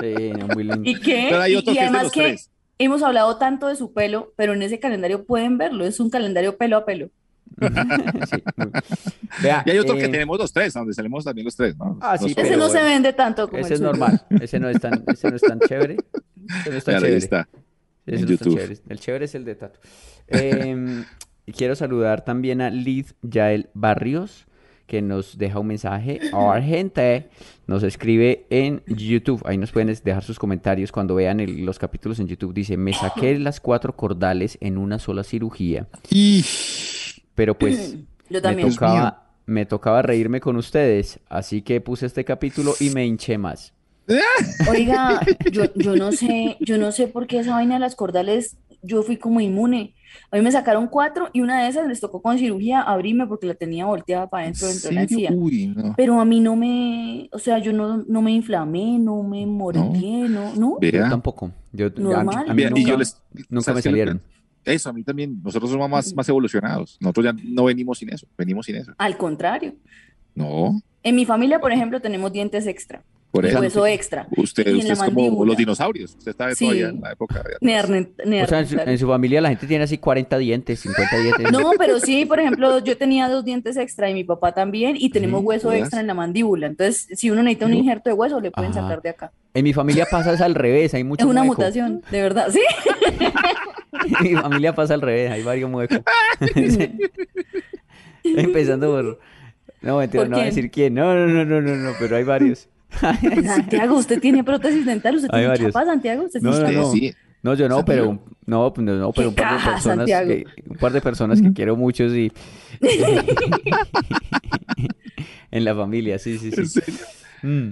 [SPEAKER 2] Sí, no, muy
[SPEAKER 3] *laughs*
[SPEAKER 2] lindo.
[SPEAKER 3] ¿Y qué?
[SPEAKER 4] Pero hay otro
[SPEAKER 3] ¿Eh? y, y
[SPEAKER 4] que es de
[SPEAKER 3] además
[SPEAKER 4] los
[SPEAKER 3] que
[SPEAKER 4] tres.
[SPEAKER 3] hemos hablado tanto de su pelo, pero en ese calendario pueden verlo. Es un calendario pelo a pelo.
[SPEAKER 2] Sí, muy- Vea,
[SPEAKER 4] Y hay otro que
[SPEAKER 2] eh,
[SPEAKER 4] tenemos los tres, donde salimos también los tres, ¿no?
[SPEAKER 2] Ah, sí,
[SPEAKER 4] Los
[SPEAKER 3] Ese
[SPEAKER 2] Pero
[SPEAKER 3] no
[SPEAKER 2] bueno,
[SPEAKER 3] se vende tanto como
[SPEAKER 2] Ese
[SPEAKER 3] el
[SPEAKER 2] es
[SPEAKER 3] suyo.
[SPEAKER 2] normal. Ese no es tan, ese no es tan chévere. Ese no es tan
[SPEAKER 4] Claro, ahí
[SPEAKER 2] chévere.
[SPEAKER 4] está.
[SPEAKER 2] Ese
[SPEAKER 4] en
[SPEAKER 2] no es tan
[SPEAKER 4] YouTube.
[SPEAKER 2] chévere. El chévere es el de Em, Tato. Eh, y quiero saludar también a Liz Yael Barrios, que nos deja un mensaje a our gente, nos escribe en YouTube. Ahí nos pueden dejar sus comentarios cuando vean el- los capítulos en YouTube. Dice, me saqué las cuatro cordales en una sola cirugía,
[SPEAKER 4] Y
[SPEAKER 2] pero pues
[SPEAKER 3] Yo
[SPEAKER 2] me
[SPEAKER 3] también.
[SPEAKER 2] tocaba, me tocaba reírme con ustedes, así que puse este capítulo y me hinché más.
[SPEAKER 3] *laughs* Oiga, yo, yo no sé, yo no sé por qué esa vaina de las cordales, yo fui como inmune. A mí me sacaron cuatro y una de esas les tocó con cirugía abrirme porque la tenía volteada para
[SPEAKER 4] ¿en
[SPEAKER 3] adentro, dentro de la
[SPEAKER 4] serio?
[SPEAKER 3] encía.
[SPEAKER 4] Uy, no.
[SPEAKER 3] Pero a mí no me, o sea, yo no, no me inflamé, no me mordí, no, no.
[SPEAKER 2] Yo
[SPEAKER 4] Vea,
[SPEAKER 2] tampoco. Yo, a mí,
[SPEAKER 3] Normal.
[SPEAKER 2] a mí
[SPEAKER 4] vea, Ah. y
[SPEAKER 2] nunca,
[SPEAKER 4] yo les-
[SPEAKER 2] nunca me
[SPEAKER 4] ¿sabes qué le-
[SPEAKER 2] salieron.
[SPEAKER 4] Eso, a mí también. Nosotros somos más, más evolucionados. Nosotros ya no venimos sin eso. Venimos sin eso.
[SPEAKER 3] Al contrario.
[SPEAKER 4] No,
[SPEAKER 3] En mi familia, por ejemplo, tenemos dientes extra,
[SPEAKER 4] por
[SPEAKER 2] Pues,
[SPEAKER 4] eso.
[SPEAKER 3] hueso extra,
[SPEAKER 4] Usted,
[SPEAKER 3] y en
[SPEAKER 4] usted
[SPEAKER 3] la
[SPEAKER 4] es como
[SPEAKER 3] mandíbula.
[SPEAKER 4] los dinosaurios. Usted está
[SPEAKER 3] Sí.
[SPEAKER 4] todavía en la época. de atrás.
[SPEAKER 3] neerne-
[SPEAKER 2] O sea, en su,
[SPEAKER 3] neandertal.
[SPEAKER 2] en su familia la gente tiene así 40 dientes, 50 dientes.
[SPEAKER 3] No, pero sí, por ejemplo, yo tenía dos dientes extra y mi papá también, y tenemos
[SPEAKER 4] Sí,
[SPEAKER 3] hueso
[SPEAKER 4] ¿verdad?
[SPEAKER 3] extra en la mandíbula. Entonces, si uno necesita un injerto de hueso, le pueden
[SPEAKER 2] Ajá.
[SPEAKER 3] sacar de acá.
[SPEAKER 2] En mi familia pasa es al revés, hay
[SPEAKER 3] Es
[SPEAKER 2] mucho
[SPEAKER 3] una
[SPEAKER 2] mueco.
[SPEAKER 3] mutación, de verdad. Sí, *laughs*
[SPEAKER 2] En *laughs* mi familia pasa al revés, hay varios muecos. *laughs* Sí. Empezando por... No, mentira,
[SPEAKER 3] ¿Por
[SPEAKER 2] no voy a
[SPEAKER 3] quién?
[SPEAKER 2] decir quién. No, no, no, no, no, no, pero hay varios.
[SPEAKER 3] Santiago, usted tiene prótesis dental, usted
[SPEAKER 2] Hay
[SPEAKER 3] tiene
[SPEAKER 2] varios.
[SPEAKER 3] chapa, Santiago, usted
[SPEAKER 2] No,
[SPEAKER 3] tiene
[SPEAKER 4] Usted
[SPEAKER 3] chapa.
[SPEAKER 2] *laughs*
[SPEAKER 4] sí.
[SPEAKER 2] No, yo no, pero
[SPEAKER 4] Santiago.
[SPEAKER 2] un- no, pues, no, no, pero
[SPEAKER 3] Qué
[SPEAKER 2] un
[SPEAKER 3] *laughs*
[SPEAKER 2] par de
[SPEAKER 3] caja, Ah,
[SPEAKER 2] personas
[SPEAKER 3] Santiago.
[SPEAKER 2] que, un par de
[SPEAKER 3] *laughs*
[SPEAKER 2] personas que quiero mucho sí. en la familia, sí, sí,
[SPEAKER 4] ¿En
[SPEAKER 2] sí.
[SPEAKER 4] serio?
[SPEAKER 2] Mm.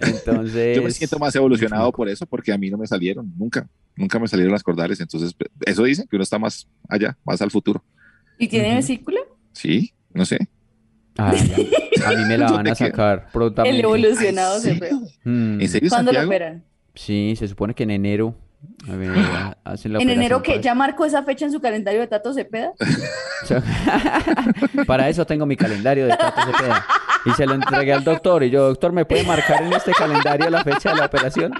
[SPEAKER 2] Entonces,
[SPEAKER 4] Yo me siento más evolucionado por eso, porque a mí no me salieron nunca. Nunca me salieron las cordales. Entonces, pe- eso dicen que uno está más allá, más al futuro.
[SPEAKER 3] ¿Y tiene
[SPEAKER 2] Ujú.
[SPEAKER 3] vesícula?
[SPEAKER 4] Sí, no sé.
[SPEAKER 2] Ay, a mí me
[SPEAKER 4] *laughs*
[SPEAKER 2] la
[SPEAKER 4] Yo
[SPEAKER 2] van
[SPEAKER 4] te
[SPEAKER 2] a
[SPEAKER 4] quiero.
[SPEAKER 2] sacar prontamente.
[SPEAKER 3] El evolucionado
[SPEAKER 4] Ay,
[SPEAKER 3] se
[SPEAKER 4] ¿en
[SPEAKER 3] fue.
[SPEAKER 4] serio?
[SPEAKER 2] Mm.
[SPEAKER 4] ¿En serio,
[SPEAKER 3] ¿Cuándo lo
[SPEAKER 4] Santiago?
[SPEAKER 3] operan?
[SPEAKER 2] Sí, se supone que en enero. A ver, ha- hacen la
[SPEAKER 3] Ah. ¿En enero que
[SPEAKER 2] operación
[SPEAKER 3] ya marcó esa fecha en su calendario de Tato Cepeda?
[SPEAKER 2] para eso. *laughs* Para eso tengo mi calendario de Tato Cepeda. Y se lo entregué al doctor. Y yo, doctor, ¿me puede marcar en este calendario la fecha de la operación?